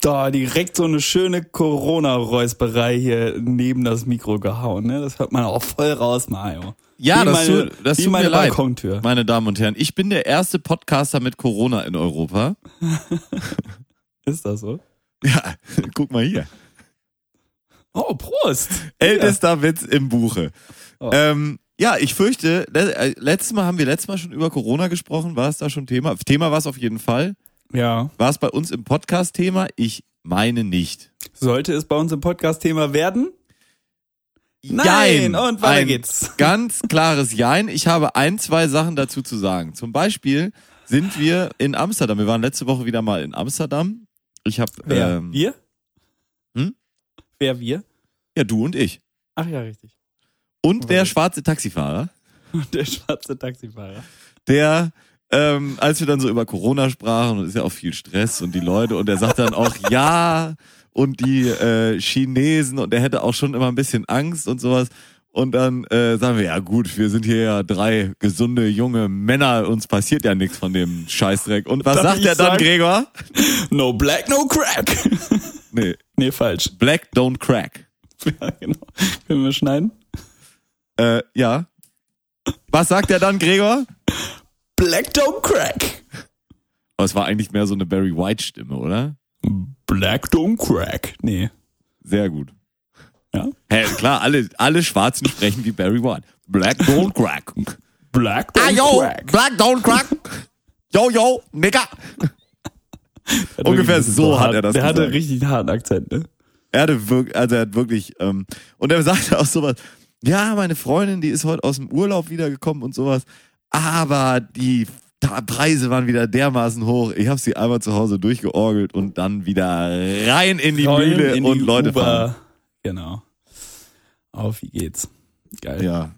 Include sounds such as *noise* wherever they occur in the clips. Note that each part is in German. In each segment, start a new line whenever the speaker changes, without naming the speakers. Da direkt so eine schöne Corona-Räusperei hier neben das Mikro gehauen. Ne? Das hört man auch voll raus, Mario.
Ja,
Wie
das,
meine-
tut, das
wie
tut
meine
mir leid,
Balkontür.
meine Damen und Herren. Ich bin der erste Podcaster mit Corona in Europa.
Ist das so?
*laughs* Ja, guck mal hier.
Oh, Prost!
Ältester Witz im Buche.
Oh.
Ähm, ja, ich fürchte, le- äh, letztes Mal haben wir letztes Mal schon über Corona gesprochen. War es da schon Thema? Thema war es auf jeden Fall.
Ja.
War es bei uns im Podcast Thema? Ich meine nicht.
Sollte es bei uns im Podcast-Thema werden?
Jein.
Nein! Und weiter
Ein
geht's.
*laughs* Ganz klares Jein. Ich habe ein, zwei Sachen dazu zu sagen. Zum Beispiel sind wir in Amsterdam. Wir waren letzte Woche wieder mal in Amsterdam. Ich habe
Wer?
ähm,
wir?
Hm?
Wer wir?
ja du und ich
Ach ja, richtig.
und der schwarze Taxifahrer,
Und *laughs* der schwarze Taxifahrer.
der ähm, als wir dann so über Corona sprachen und ist ja auch viel Stress und die Leute und der sagt dann auch *laughs* ja und die äh, Chinesen und der hätte auch schon immer ein bisschen Angst und sowas und dann äh, sagen wir ja gut, wir sind hier ja drei gesunde junge Männer, uns passiert ja nichts von dem Scheißdreck und was
Darf
sagt
ich
er dann
sagen?
Gregor?
No black, no crack! *laughs*
Nee,
nee, falsch. *laughs*
Black Don't Crack.
Ja, genau. Können wir schneiden?
Äh, ja. Was sagt er dann, Gregor?
Black don't crack!
Aber Oh, es war eigentlich mehr so eine Barry White Stimme, oder?
Black don't crack. Nee.
Sehr gut.
Ja?
Hä, klar, alle, alle Schwarzen sprechen wie Barry White. Black Don't Crack.
Black don't crack.
Ah, Black Don't Crack. Yo, yo, nigga.
Hat
Ungefähr
wirklich
so
so
hat
hart-
er das
Der hatte
gesagt.
richtig einen harten Akzent, ne?
Er hatte wirklich, also er hat wirklich, ähm, und er sagte auch sowas, ja, meine Freundin, die ist heute aus dem Urlaub wiedergekommen und sowas, aber die Ta- Preise waren wieder dermaßen hoch. Ich habe sie einmal zu Hause durchgeorgelt und dann wieder rein in die
Rollen
Mühle
in die
und Leute
Uber.
fahren.
Genau. Auf, wie geht's? Geil.
Ja.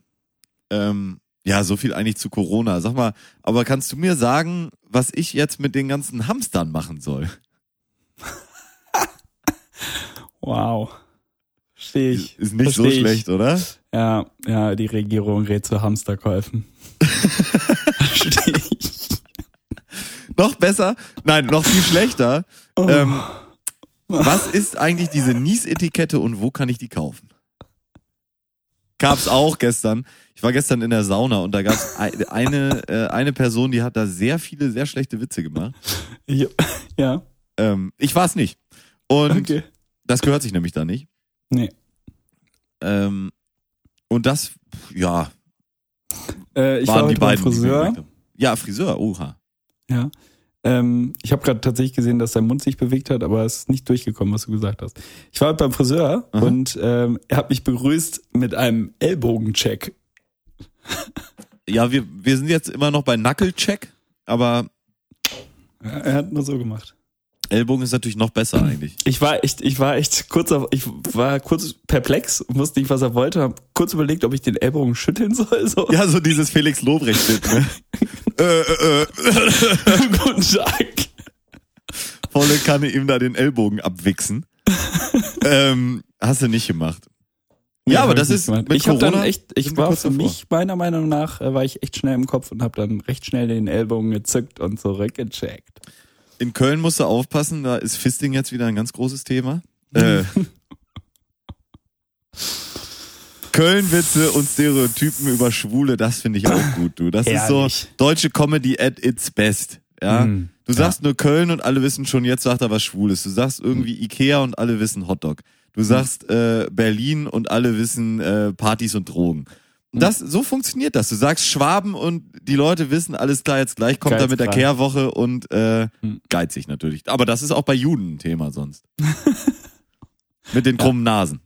Ähm, ja, so viel eigentlich zu Corona. Sag mal, aber kannst du mir sagen, was ich jetzt mit den ganzen Hamstern machen soll?
Wow. Verstehe ich.
Ist nicht so
Versteh ich.
schlecht, oder?
Ja, ja, die Regierung rät zu
*laughs*
Hamsterkäufen. Verstehe ich.
Noch besser? Nein, noch viel schlechter.
Oh.
Ähm, was ist eigentlich diese Niesetikette und wo kann ich die kaufen? Gab's auch gestern. Ich war gestern in der Sauna und da gab's ei- eine, äh, eine Person, die hat da sehr viele, sehr schlechte Witze gemacht.
Ja. ja,
Ähm, ich war's nicht. Und
okay.
das gehört sich nämlich da nicht.
Nee.
Ähm, und das, pf, ja,
Äh, ich
waren
war heute
die
beim
beiden. die mir
Friseur.
gemerkt haben. ja, Friseur, oha.
Ja. Ähm, ich habe gerade tatsächlich gesehen, dass dein Mund sich bewegt hat, aber es ist nicht durchgekommen, was du gesagt hast. Ich war heute beim Friseur
Aha.
und ähm, er hat mich begrüßt mit einem Ellbogencheck.
Ja, wir, wir sind jetzt immer noch bei Knuckle-Check, aber
Ja, er hat nur so gemacht.
Ellbogen ist natürlich noch besser eigentlich.
Ich war echt, ich war echt kurz, auf, ich war kurz perplex, wusste nicht, was er wollte, habe kurz überlegt, ob ich den Ellbogen schütteln soll. So.
Ja, so dieses Felix Lobrecht-Bit, ne? *laughs* äh, äh, äh,
Guten Tag.
volle Kanne ihm da den Ellbogen abwichsen. ähm, hast du nicht gemacht. Ja, aber
hab ich
das
nicht
ist
gemacht.
mit
ich hab
Corona
dann echt, ich
sind wir
war
kurz
für
davor.
mich meiner Meinung nach äh, war ich echt schnell im Kopf und habe dann recht schnell den Ellbogen gezückt und zurückgecheckt.
In Köln musst du aufpassen, da ist Fisting jetzt wieder ein ganz großes Thema. *laughs* Äh, Köln-Witze und Stereotypen über Schwule, das finde ich auch gut, du. Das ist so
Herrlich.
deutsche Comedy at its best. Ja.
Mhm.
Du sagst nur Köln und alle wissen schon, jetzt sagt er was Schwules. Du sagst
Hm.
irgendwie Ikea und alle wissen Hotdog. Du sagst äh, Berlin und alle wissen äh, Partys und Drogen.
Hm.
Das, so funktioniert das. Du sagst Schwaben und die Leute wissen, alles klar, jetzt gleich kommt er mit der
Geizkrank.
Kehrwoche und äh,
Mhm.
geizig natürlich. Aber das ist auch bei Juden ein Thema
*laughs*
sonst. mit den krummen Nasen.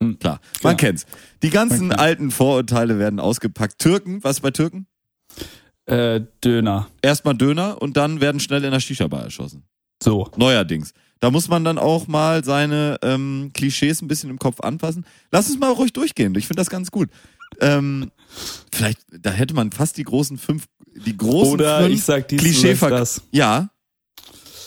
Mhm.
Klar,
Klar.
man kennt's. Die
Man
ganzen
kennt's.
alten Vorurteile werden ausgepackt. Türken, was bei Türken?
Äh, Döner.
Erstmal Döner und dann werden schnell in der Shisha-Bar erschossen.
So.
Neuerdings. Da muss man dann auch mal seine ähm, Klischees ein bisschen im Kopf anpassen. Lass uns mal ruhig durchgehen. Ich finde das ganz gut. Ähm, vielleicht, da hätte man fast die großen fünf, die großen
Oder
fünf
ich sag dies
Klischee
oder das.
Ja.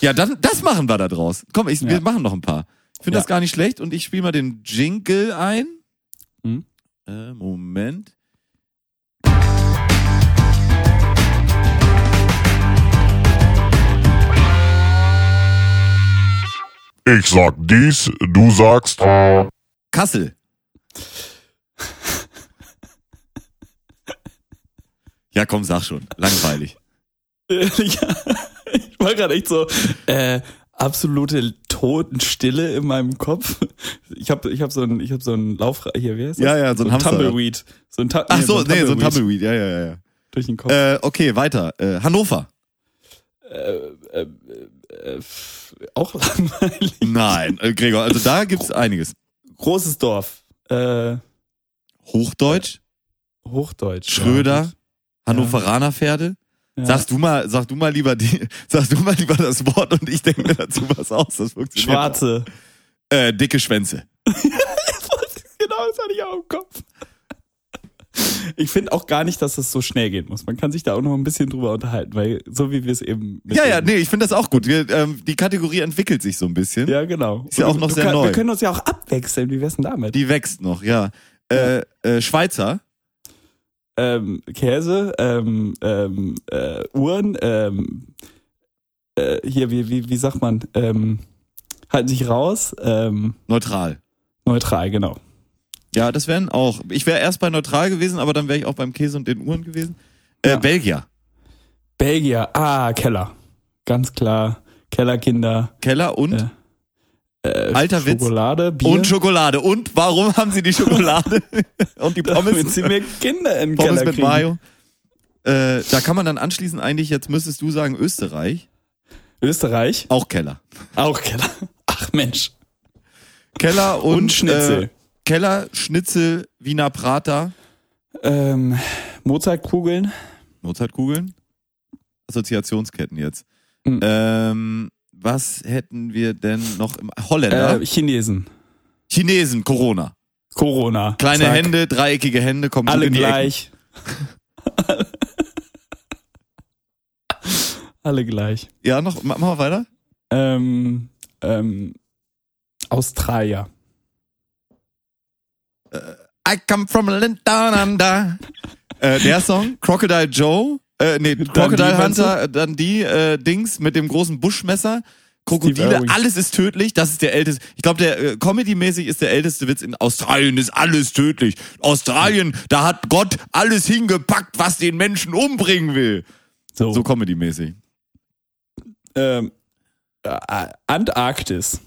Ja, dann, das machen wir da draus. Komm, ich,
Ja.
wir machen noch ein paar. Ich finde
Ja.
das gar nicht schlecht und ich spiele mal den Jingle ein.
Mhm.
Äh, Moment.
Ich sag dies, du sagst.
*laughs*
Kassel. ja, komm, sag schon. Langweilig.
ja, *laughs* ich war gerade echt so äh, absolute Totenstille in meinem Kopf. Ich habe ich hab so ein ich hab so ein Lauf hier, wie heißt das?
Ja, ja, so ein Hamsterrad.
Tumbleweed. So ein Ta
Ach so, nee, so ein
Tumbleweed Oh.
Tumbleweed. Ja, ja, ja.
durch den Kopf.
ja. Äh, okay, weiter. Äh, Hannover.
Äh, äh, äh, f- auch *laughs* langweilig.
Nein, äh, Gregor, also da gibt's einiges.
Großes Dorf. Äh,
Hochdeutsch,
Hochdeutsch.
Schröder, Hannoveraner Pferde.
Ja.
Sagst du mal, sag du mal lieber die, *laughs* sagst du mal lieber das Wort und ich denke mir dazu was aus. Das funktioniert.
Schwarze.
Äh, dicke Schwänze.
genau, das hatte ich auch im Kopf. Ich finde auch gar nicht, dass es so schnell gehen muss. Man kann sich da auch noch ein bisschen drüber unterhalten, weil so wie wir es eben mit
Ja,
dem-
ja, nee, ich finde das auch gut. Wir, ähm, die Kategorie entwickelt sich so ein bisschen.
Ja, genau.
Ist ja auch
Und
noch
du
sehr
kann,
neu.
Wir können uns ja auch abwechseln. Wie wär's denn damit?
Die wächst noch, ja. Äh, äh, Schweizer,
ähm, Käse, ähm, ähm, äh, Uhren, ähm, äh, hier, wie, wie, wie sagt man? Ähm, halten sich raus, ähm,
neutral.
neutral, genau.
Ja, das wären auch. Ich wäre erst bei neutral gewesen, aber dann wäre ich auch beim Käse und den Uhren gewesen. Äh,
Ja.
Belgier.
Belgier, ah, Keller. Ganz klar. Kellerkinder,
Keller und
Ja. äh,
Alter Witz.
Schokolade, Bier.
und Schokolade. Und warum
*laughs*
haben sie die Schokolade und die *laughs*
Damit
Pommes,
sie mir Kinder in den
Pommes
Keller
mit
kriegen.
Mayo? Äh, da kann man dann anschließend eigentlich, jetzt müsstest du sagen, Österreich,
Österreich,
auch Keller.
auch Keller. *laughs* Ach Mensch.
Keller und,
Und Schnitzel.
Äh, Keller, Schnitzel, Wiener Prater,
Ähm, Mozartkugeln,
Mozartkugeln, Assoziationsketten jetzt.
Mhm.
Ähm, was hätten wir denn noch im Holländer?
äh, Chinesen,
Chinesen, Corona.
Corona.
Kleine
Zack.
Hände, dreieckige Hände, kommen gut
Alle
in die Ecken.
gleich. *laughs* Alle gleich.
Ja, noch, ma- machen wir weiter.
Ähm, ähm, Australier.
I come from a land down under. äh, der Song, Crocodile Joe, äh, nee, Crocodile
meinst du?
Hunter, äh, dann die äh, Dings mit dem großen Buschmesser.
Steve
Krokodile,
Irwin.
alles ist tödlich, das ist der älteste. Ich glaube, der äh, Comedy-mäßig ist der älteste Witz in Australien ist alles tödlich. Australien, da hat Gott alles hingepackt, was den Menschen umbringen will.
So.
So Comedy-mäßig.
Ähm, äh, Antarktis.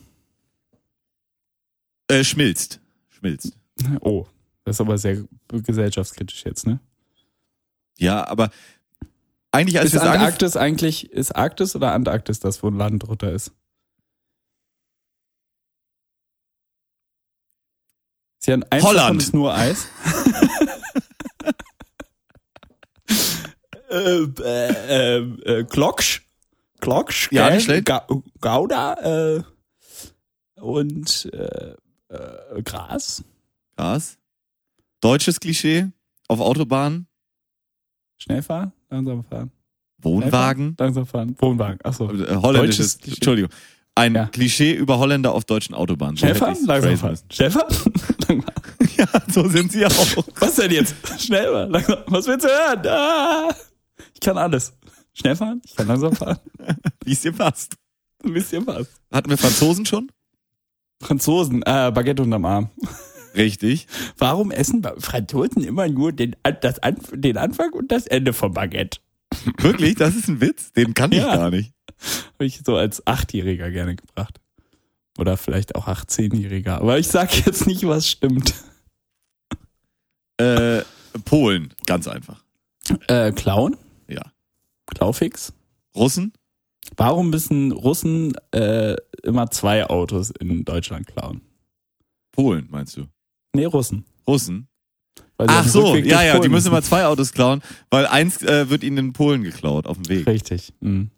Äh, schmilzt. Schmilzt.
Oh, das ist aber sehr gesellschaftskritisch jetzt, ne?
Ja, aber eigentlich als
Ist
wir sagen,
Antarktis eigentlich, ist Arktis oder Antarktis das, wo ein Land drunter ist? Ist ja ein eins
Holland.
davon ist nur
*laughs*
Eis. äh, äh, äh, äh, Gloksch. Gloksch.
Ja,
gell?
nicht schlecht.
Ga Gouda. Äh, und äh, äh, Gras.
Gas. Deutsches Klischee auf Autobahn,
Schnell fahren, langsam fahren. Schnell
Wohnwagen,
Fahren, langsam fahren. Wohnwagen. Achso.
äh, holländisches,
Deutsches Klischee.
Entschuldigung, ein
Ja.
Klischee über Holländer auf deutschen Autobahnen. So
Schnell
hätte
fahren,
ich's
langsam
phrasen
fahren.
müssen.
Schnell fahren, langsam fahren.
*laughs* Ja, so sind sie auch.
Was denn jetzt? Schnell mal, langsam. Was willst du hören? Ah, ich kann alles. Schnell fahren, ich kann langsam fahren.
Wie es dir passt.
Ein bisschen was.
Hatten wir Franzosen schon?
Franzosen, äh, Baguette unterm Arm.
Richtig.
Warum essen Ba- Franzosen immer nur den, An- das Anf den Anfang und das Ende vom Baguette?
Wirklich? Das ist ein Witz? Den kann ich
Ja.
gar nicht.
Habe ich so als Achtjähriger gerne gebracht. Oder vielleicht auch 18-Jähriger. Aber ich sag jetzt nicht, was stimmt.
Äh, Polen, ganz einfach.
Äh, Clown?
Ja.
Klaufix?
Russen?
Warum müssen Russen äh, immer zwei Autos in Deutschland klauen?
Polen, meinst du?
Nee, Russen.
Russen?
Weil sie Also auf
Ach
dem
so,
Rückweg
ja,
durch
ja, die
Polen
müssen immer zwei Autos klauen, weil eins äh, wird ihnen in Polen geklaut auf dem Weg.
Richtig. Mhm.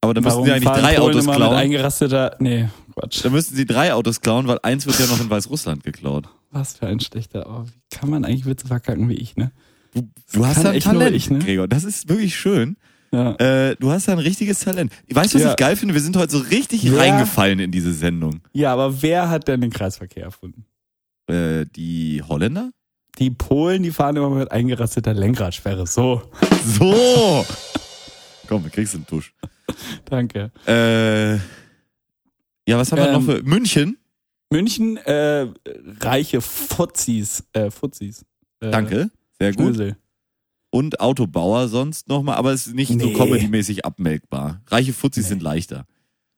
Aber dann müssen
Warum
sie eigentlich
fahren
drei
Polen
Autos
immer mit
klauen.
Eingerasteter. Nee, Quatsch.
Dann müssten sie drei Autos klauen, weil eins wird ja noch in Weißrussland geklaut.
Was für ein schlechter. Oh, wie kann man eigentlich Witze verkacken wie ich, ne?
Du, du hast
kann
ja ein
echt nur
Talent,
ich, ne?
Gregor. Das ist wirklich schön.
Ja.
Äh, du hast ja ein richtiges Talent. Weißt du, was
Ja.
ich geil finde? Wir sind heute so richtig
Ja.
reingefallen in diese Sendung.
ja, aber wer hat denn den Kreisverkehr erfunden?
äh, die Holländer?
Die Polen, die fahren immer mit eingerasteter Lenkradsperre. So, *laughs*
So! Komm, kriegst du einen Tusch.
danke.
Äh, ja, was haben wir
Ähm,
noch für. München?
München, äh, reiche Fuzzis. Äh, Fuzzis. Äh,
Danke. Sehr gut.
Schnösel.
Und Autobauer sonst nochmal, aber es ist nicht so
Nee.
comedymäßig abmelkbar. Reiche Fuzzis
Nee.
sind leichter.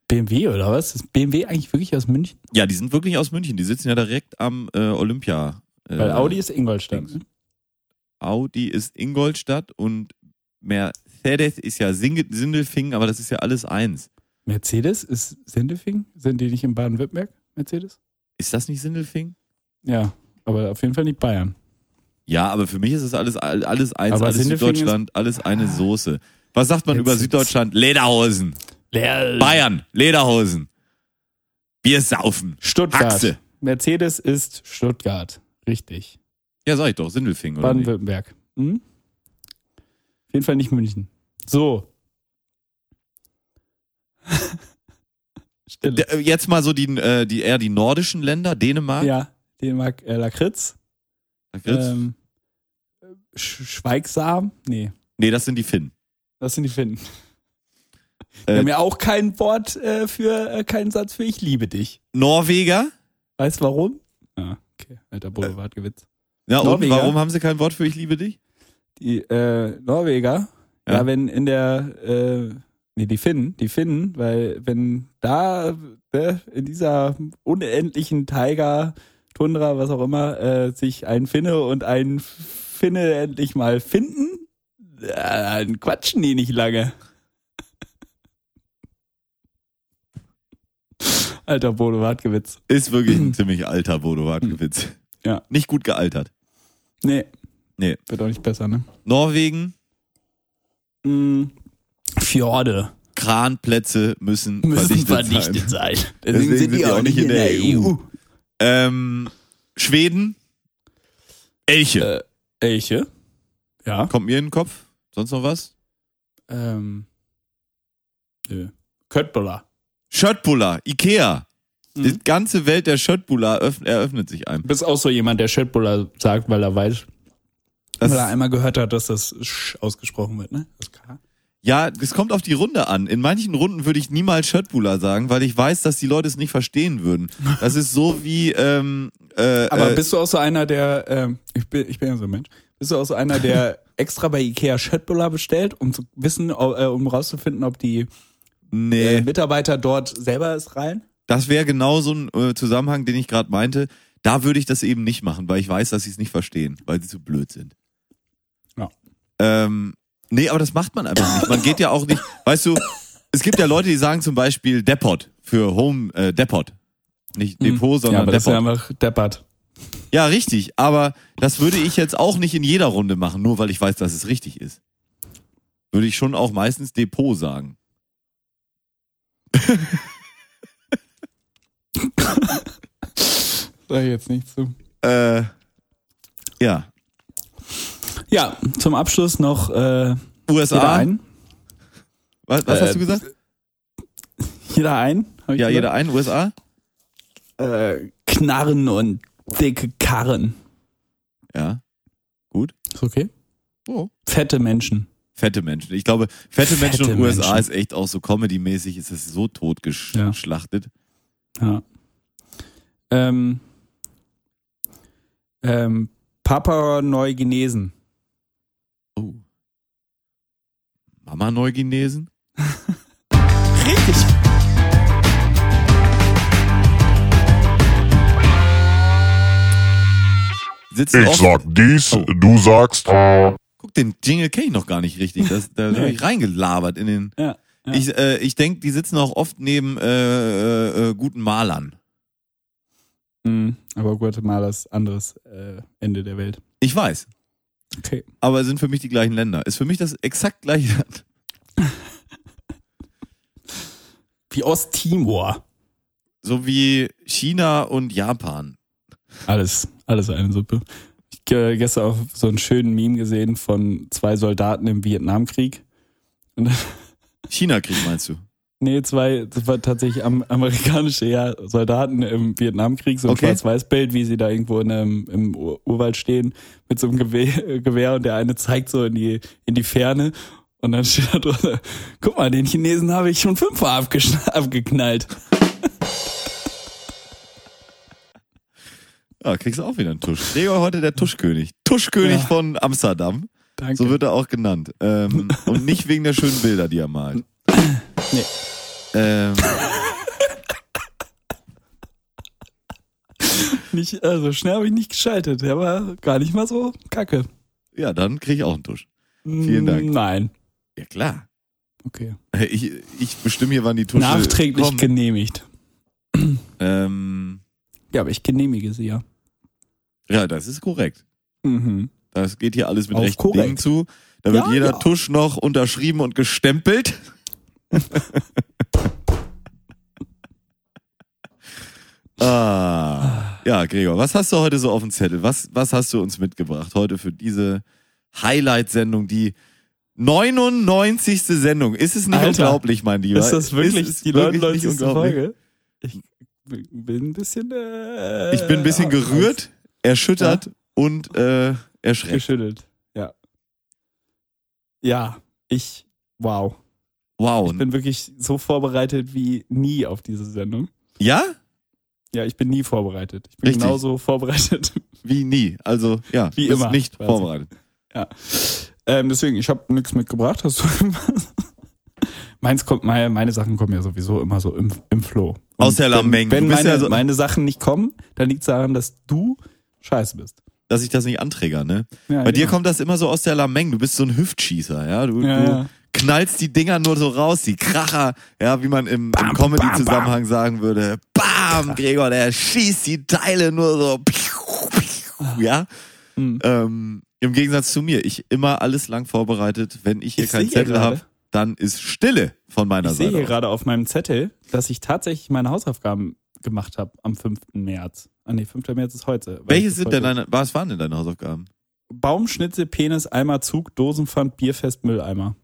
BMW oder was? Ist BMW eigentlich wirklich aus München?
Ja, die sind wirklich aus München. Die sitzen ja direkt am äh, Olympia. Äh,
Weil Audi ist Ingolstadt.
Dings.
ne?
Audi ist Ingolstadt und Mercedes ist ja Singe- Sindelfingen, aber das ist ja alles eins.
Mercedes ist Sindelfing? Sind die nicht in Baden-Württemberg? Mercedes?
Ist das nicht Sindelfingen?
Ja, aber auf jeden Fall nicht Bayern.
Ja, aber für mich ist das alles, all- alles eins,
Aber
alles
Sindelfingen ist- Ah.
Süddeutschland, alles eine Soße. Was sagt man
Jetzt-
über Süddeutschland? Lederhosen. Bayern, Lederhosen. Bier saufen.
Stuttgart.
Haxe.
Mercedes ist Stuttgart. Richtig.
Ja, sag ich doch, Sindelfingen, oder? nicht?
Baden-Württemberg. Hm? Auf jeden Fall nicht München. So. *laughs* Stille.
D- äh, Jetzt mal so die, äh, die eher die nordischen Länder, Dänemark,
ja, Dänemark äh, Lakritz.
Fritz?
Ähm, Sch Schweigsam. Nee,
Nee, das sind die Finnen.
das sind die Finnen. Die
Äh,
haben ja auch kein Wort äh, für, äh, keinen Satz für ich liebe dich.
Norweger?
Weißt du warum? Äh, Ja, okay. Alter Boulevardgewitz.
Ja, und
Norweger?
warum haben sie kein Wort für Ich liebe dich?
die äh, Norweger,
Ja.
ja. wenn in der, äh, nee, die Finnen, die Finnen, weil wenn da äh, in dieser unendlichen Tiger, Tundra, was auch immer, äh, sich ein Finne und ein Finne endlich mal finden, äh, dann quatschen die nicht lange. *laughs* Alter Bodo Wartgewitz.
Ist
*clears throat*
wirklich ein ziemlich alter Bodo Wartgewitz.
Ja.
Nicht gut gealtert.
Nee.
Nee.
Wird auch nicht besser, ne?
Norwegen,
Mm, Fjorde.
Kranplätze müssen, verdichtet, sein.
sein.
*laughs* Deswegen sind die auch nicht in der E EU. Ähm, Schweden, Elche.
Äh, Elche. Ja.
Kommt mir in den Kopf? Sonst noch was?
Ähm. Nö. Köttbullar.
Schöttbula, Ikea.
Mhm.
Die ganze Welt der Schöttbula öff- eröffnet sich einem.
Du bist auch so jemand, der Schöttbullar sagt, weil er weiß,
Das,
weil er einmal gehört hat, dass das Sch ausgesprochen wird, ne? Das K.
ja, es kommt auf die Runde an. In manchen Runden würde ich niemals Schöttbula sagen, weil ich weiß, dass die Leute es nicht verstehen
*laughs*
würden. Das ist so wie... Ähm, äh,
Aber
äh,
bist du auch so einer, der, ähm, ich bin, ich bin ja so ein Mensch, bist du auch so einer,
*laughs*
der extra bei Ikea Schöttbullar bestellt, um zu wissen, ob, äh, um rauszufinden, ob die
nee.
äh, Mitarbeiter dort selber es rein?
Das wäre genau so ein äh, Zusammenhang, den ich gerade meinte. Da würde ich das eben nicht machen, weil ich weiß, dass sie es nicht verstehen, weil sie zu blöd sind.
Ja.
Ähm, nee, aber das macht man einfach nicht. Man geht ja auch nicht, weißt du, es gibt ja Leute, die sagen zum Beispiel Depot für Home äh, Depot. Nicht Depot,
Mhm. Hm. ja,
sondern
aber das ist
Depot.
ja einfach deppert.
ja, richtig. Aber das würde ich jetzt auch nicht in jeder Runde machen, nur weil ich weiß, dass es richtig ist. Würde ich schon auch meistens Depot sagen.
Sag ich jetzt nicht zu.
Äh, ja.
Ja, zum Abschluss noch äh, jeder
USA.
ein.
Was, was hast
Äh,
du gesagt?
*laughs* Jeder ein. hab ich
Ja, jeder
gesagt.
ein, USA.
Äh, Knarren und dicke Karren.
Ja.
Ist okay.
Oh.
Fette Menschen.
Fette Menschen. Ich glaube, fette,
Fette
Menschen und USA
Menschen.
ist echt auch so comedy-mäßig, ist es so
Ja.
totgeschlachtet.
Ja. Ähm, ähm, Papa Neuginesen.
Oh. Mama Neuginesen?
*laughs* Richtig.
Sitzen
Ich
oft,
sag dies, du sagst.
guck, den Jingle kenne ich noch gar nicht richtig. Das, da
Nee.
habe ich reingelabert in den.
Ja, ja.
Ich, äh, ich denke, die sitzen auch oft neben äh, äh, äh, guten Malern.
Mhm, aber Guatemala ist anderes äh, Ende der Welt.
Ich weiß,
Okay.
aber sind für mich die gleichen Länder. Ist für mich das exakt gleiche Land.
Wie Osttimor.
So wie China und Japan.
Alles, alles eine Suppe. Ich habe gestern auch so einen schönen Meme gesehen von zwei Soldaten im Vietnamkrieg.
China-Krieg meinst du?
Nee, zwei, das war tatsächlich am, amerikanische ja, Soldaten im Vietnamkrieg, so ein
Okay.
Schwarz-Weiß-Bild, wie sie da irgendwo in einem, im Ur Urwald stehen, mit so einem Gewehr, *laughs* Gewehr und der eine zeigt so in die, in die Ferne und dann steht da drunter, guck mal, den Chinesen habe ich schon fünfmal abgeschn- abgeknallt.
Ja, kriegst du auch wieder einen Tusch. Gregor heute der Tuschkönig. Tuschkönig
Ja.
von Amsterdam.
Danke.
So wird er auch genannt.
*laughs*
Ähm, und nicht wegen der schönen Bilder, die er malt.
Nee.
Ähm,
nicht, also schnell habe ich nicht geschaltet, der war gar nicht mal so kacke.
ja, dann krieg ich auch einen Tusch. Vielen Dank.
Nein.
Ja, klar.
Okay.
Ich, ich bestimme hier, wann die Tusche
Nachträglich
kommen.
genehmigt.
Ähm,
Ja, aber ich genehmige sie ja.
ja, das ist korrekt.
Mhm.
Das geht hier alles mit
Auf
rechten
korrekt.
Dingen zu. Da wird
Ja,
jeder
ja.
Tusch noch unterschrieben
*laughs*
und gestempelt. ah. Ja, Gregor, was hast du heute so auf dem Zettel? Was, was hast du uns mitgebracht heute für diese Highlight-Sendung, die 99. Sendung? Ist es nicht
Alter,
unglaublich, mein Lieber?
Ist das wirklich
Ist es
die
wirklich nicht
99.
unglaublich?
Folge? Ich bin ein bisschen. Äh,
Ich bin ein bisschen gerührt, erschüttert und äh, erschreckt.
Geschüttelt. Ja. Ja, ich. Wow.
Wow.
Ich bin wirklich so vorbereitet wie nie auf diese Sendung.
Ja?
Ja, ich bin nie vorbereitet. Ich bin
Richtig.
genauso vorbereitet
Wie nie. Also ja,
Wie
bist
immer,
nicht
quasi.
vorbereitet.
Ja. Ähm, deswegen, ich habe nichts mitgebracht. Hast du irgendwas? *laughs* Meins kommt, meine, meine Sachen kommen ja sowieso immer so im, im Flow. Und
Aus der Lameng.
Wenn, wenn
Du bist
meine,
ja so-
meine Sachen nicht kommen, dann liegt es daran, dass du scheiße bist.
Dass ich das nicht anträger, ne?
Ja,
Bei dir
genau.
kommt das immer so aus der Lameng. Du bist so ein Hüftschießer, ja? Du,
Ja,
du
ja.
knallst die Dinger nur so raus, die Kracher, ja, wie man im, im Comedy-Zusammenhang sagen würde. Bam, Gregor, der schießt die Teile nur so. Piu, piu, ja?
Mhm.
Ähm, Im Gegensatz zu mir, ich immer alles lang vorbereitet. Wenn ich hier
Ich
keinen
sehe
Zettel
gerade.
habe, dann ist Stille von meiner
Ich sehe
Seite.
hier
aus.
gerade auf meinem Zettel, dass ich tatsächlich meine Hausaufgaben gemacht habe am 5. März. Ah nee, 5. März ist heute. weil
Welche
ich
sind
heute-
denn deine, was waren denn deine Hausaufgaben?
Baumschnitzel, Penis, Eimer, Zug, Dosenpfand, Bierfest, Mülleimer.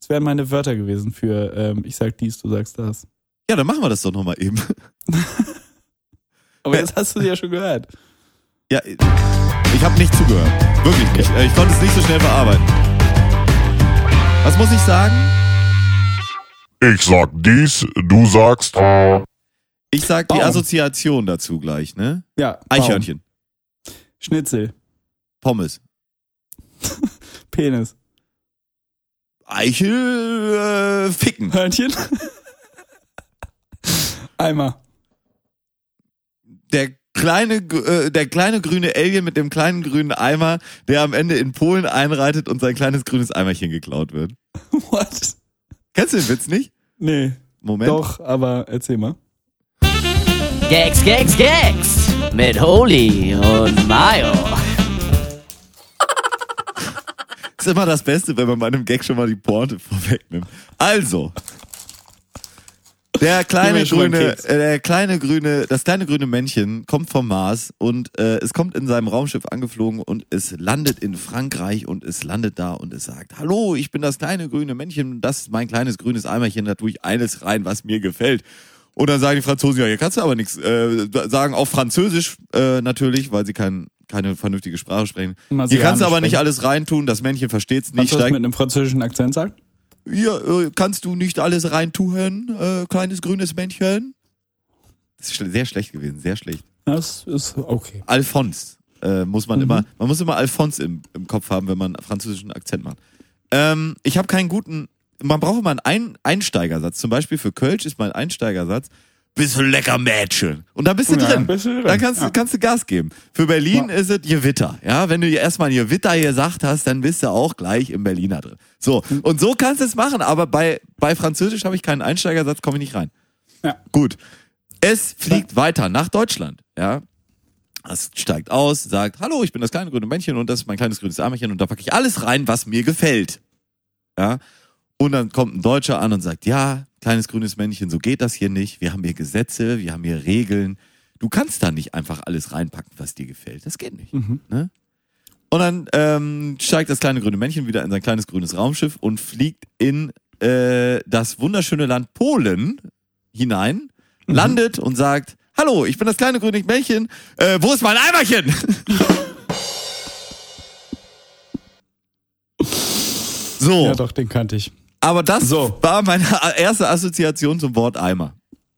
Das wären meine Wörter gewesen für ähm, ich sag dies, du sagst das.
Ja, dann machen wir das doch nochmal eben.
Aber jetzt hast du sie ja schon gehört.
Ja, ich habe nicht zugehört. Wirklich nicht. Äh, Ich konnte es nicht so schnell verarbeiten. Was muss ich sagen?
Ich sag dies, du sagst.
Ich sag die
Baum.
Assoziation dazu gleich, ne?
*laughs* Ja. Baum.
Eichhörnchen,
Schnitzel,
Pommes.
Penis,
Eichel, äh, ficken.
Hörnchen, *laughs* Eimer, *laughs*
Der kleine, gr- äh, der kleine grüne Alien mit dem kleinen grünen Eimer, der am Ende in Polen einreitet und sein kleines grünes Eimerchen geklaut wird.
what?
Kennst du den Witz nicht?
Nee,
Moment.
doch, aber erzähl mal.
Gags, Gags, Gags mit Holy und Mayo.
Ist immer das Beste, wenn man bei einem Gag schon mal die Pointe vorwegnimmt. Also. Der kleine
mir schon mal einen
grüne,
Keks.
äh, der kleine grüne, das kleine grüne Männchen kommt vom Mars und äh, es kommt in seinem Raumschiff angeflogen und es landet in Frankreich und es landet da und es sagt, hallo, ich bin das kleine grüne Männchen, das ist mein kleines grünes Eimerchen, da tue ich eines rein, was mir gefällt. Und dann sagen die Franzosen, ja, hier kannst du aber nichts äh, sagen, auf Französisch äh, natürlich, weil sie kein, keine vernünftige Sprache sprechen. Hier
Marsianisch
kannst du aber nicht
sprechen.
alles reintun, das Männchen versteht's nicht,
Kannst du das
steigt
mit einem französischen Akzent sagen?
hier äh, kannst du nicht alles reintun, äh, kleines grünes Männchen. Das ist schle- sehr schlecht gewesen, sehr schlecht.
Das ist okay.
Alphonse äh, muss
Mhm.
man immer, man muss immer Alphonse im, im Kopf haben, wenn man einen französischen Akzent macht. Ähm, ich habe keinen guten, man braucht immer einen Ein Einsteigersatz. Zum Beispiel für Kölsch ist mein Einsteigersatz, bist du lecker Mädchen. Und da bist du
Ja,
drin.
bist du drin.
Da kannst, du
Ja.
kannst du Gas geben. Für Berlin ist es Gewitter. Ja, wenn du dir erstmal ein Gewitter gesagt hast, dann bist du auch gleich im Berliner drin. So,
Mhm.
und so kannst du es machen, aber bei, bei Französisch habe ich keinen Einsteigersatz, komme ich nicht rein.
Ja.
Gut. Es fliegt weiter nach Deutschland. Ja. Es steigt aus, sagt, hallo, ich bin das kleine grüne Männchen und das ist mein kleines grünes Armchen und da packe ich alles rein, was mir gefällt. Ja. Und dann kommt ein Deutscher an und sagt, ja, kleines grünes Männchen, so geht das hier nicht. Wir haben hier Gesetze, wir haben hier Regeln. Du kannst da nicht einfach alles reinpacken, was dir gefällt. Das geht nicht.
Mhm.
Ne? Und dann ähm, steigt das kleine grüne Männchen wieder in sein kleines grünes Raumschiff und fliegt in äh, das wunderschöne Land Polen hinein,
Mhm.
landet und sagt, hallo, ich bin das kleine grüne Männchen, äh, wo ist mein Eimerchen? *laughs* so,
Ja, doch, den kannte ich.
aber das
So.
war meine a- erste Assoziation zum Wort Eimer.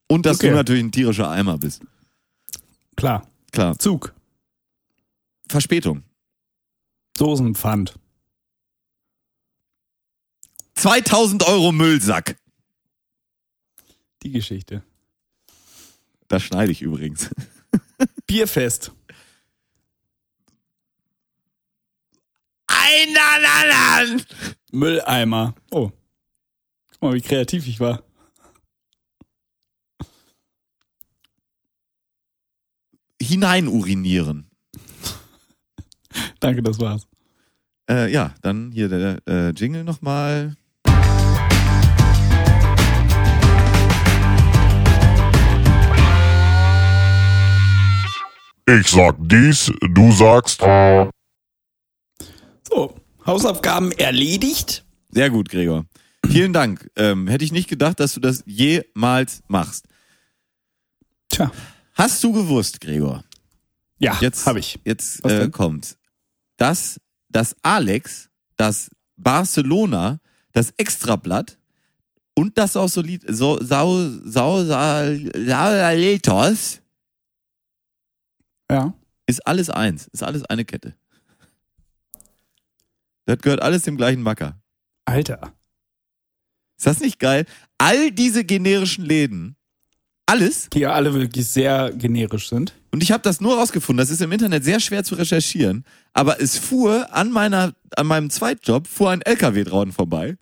Und dass
Okay.
du natürlich ein tierischer Eimer bist.
Klar.
Klar.
Zug.
Verspätung.
Dosenpfand.
2000 Euro Müllsack.
Die Geschichte.
Das schneide ich übrigens.
Bierfest.
Einalalan!
Mülleimer. Oh. Guck mal, wie kreativ ich war.
Hinein urinieren.
Danke, das war's.
Äh, ja, dann hier der äh, Jingle nochmal.
Ich sag dies, du sagst.
So, Hausaufgaben erledigt.
Sehr gut, Gregor. Vielen Dank. Ähm, hätte ich nicht gedacht, dass du das jemals machst.
Tja.
Hast du gewusst, Gregor?
Ja,
Jetzt
habe ich.
Jetzt
Was
äh,
denn?
kommt, dass das Alex, das Barcelona, das Extrablatt und das auch Solid, so, Sau, Sau, Sau, Sau,
Ja.
ist alles eins, ist alles eine Kette. Das gehört alles dem gleichen Macker.
Alter.
Ist das nicht geil? All diese generischen Läden, alles.
Die ja alle wirklich sehr generisch sind.
Und ich habe das nur rausgefunden. Das ist im Internet sehr schwer zu recherchieren. Aber es fuhr an meiner, an meinem Zweitjob fuhr ein LKW dran vorbei.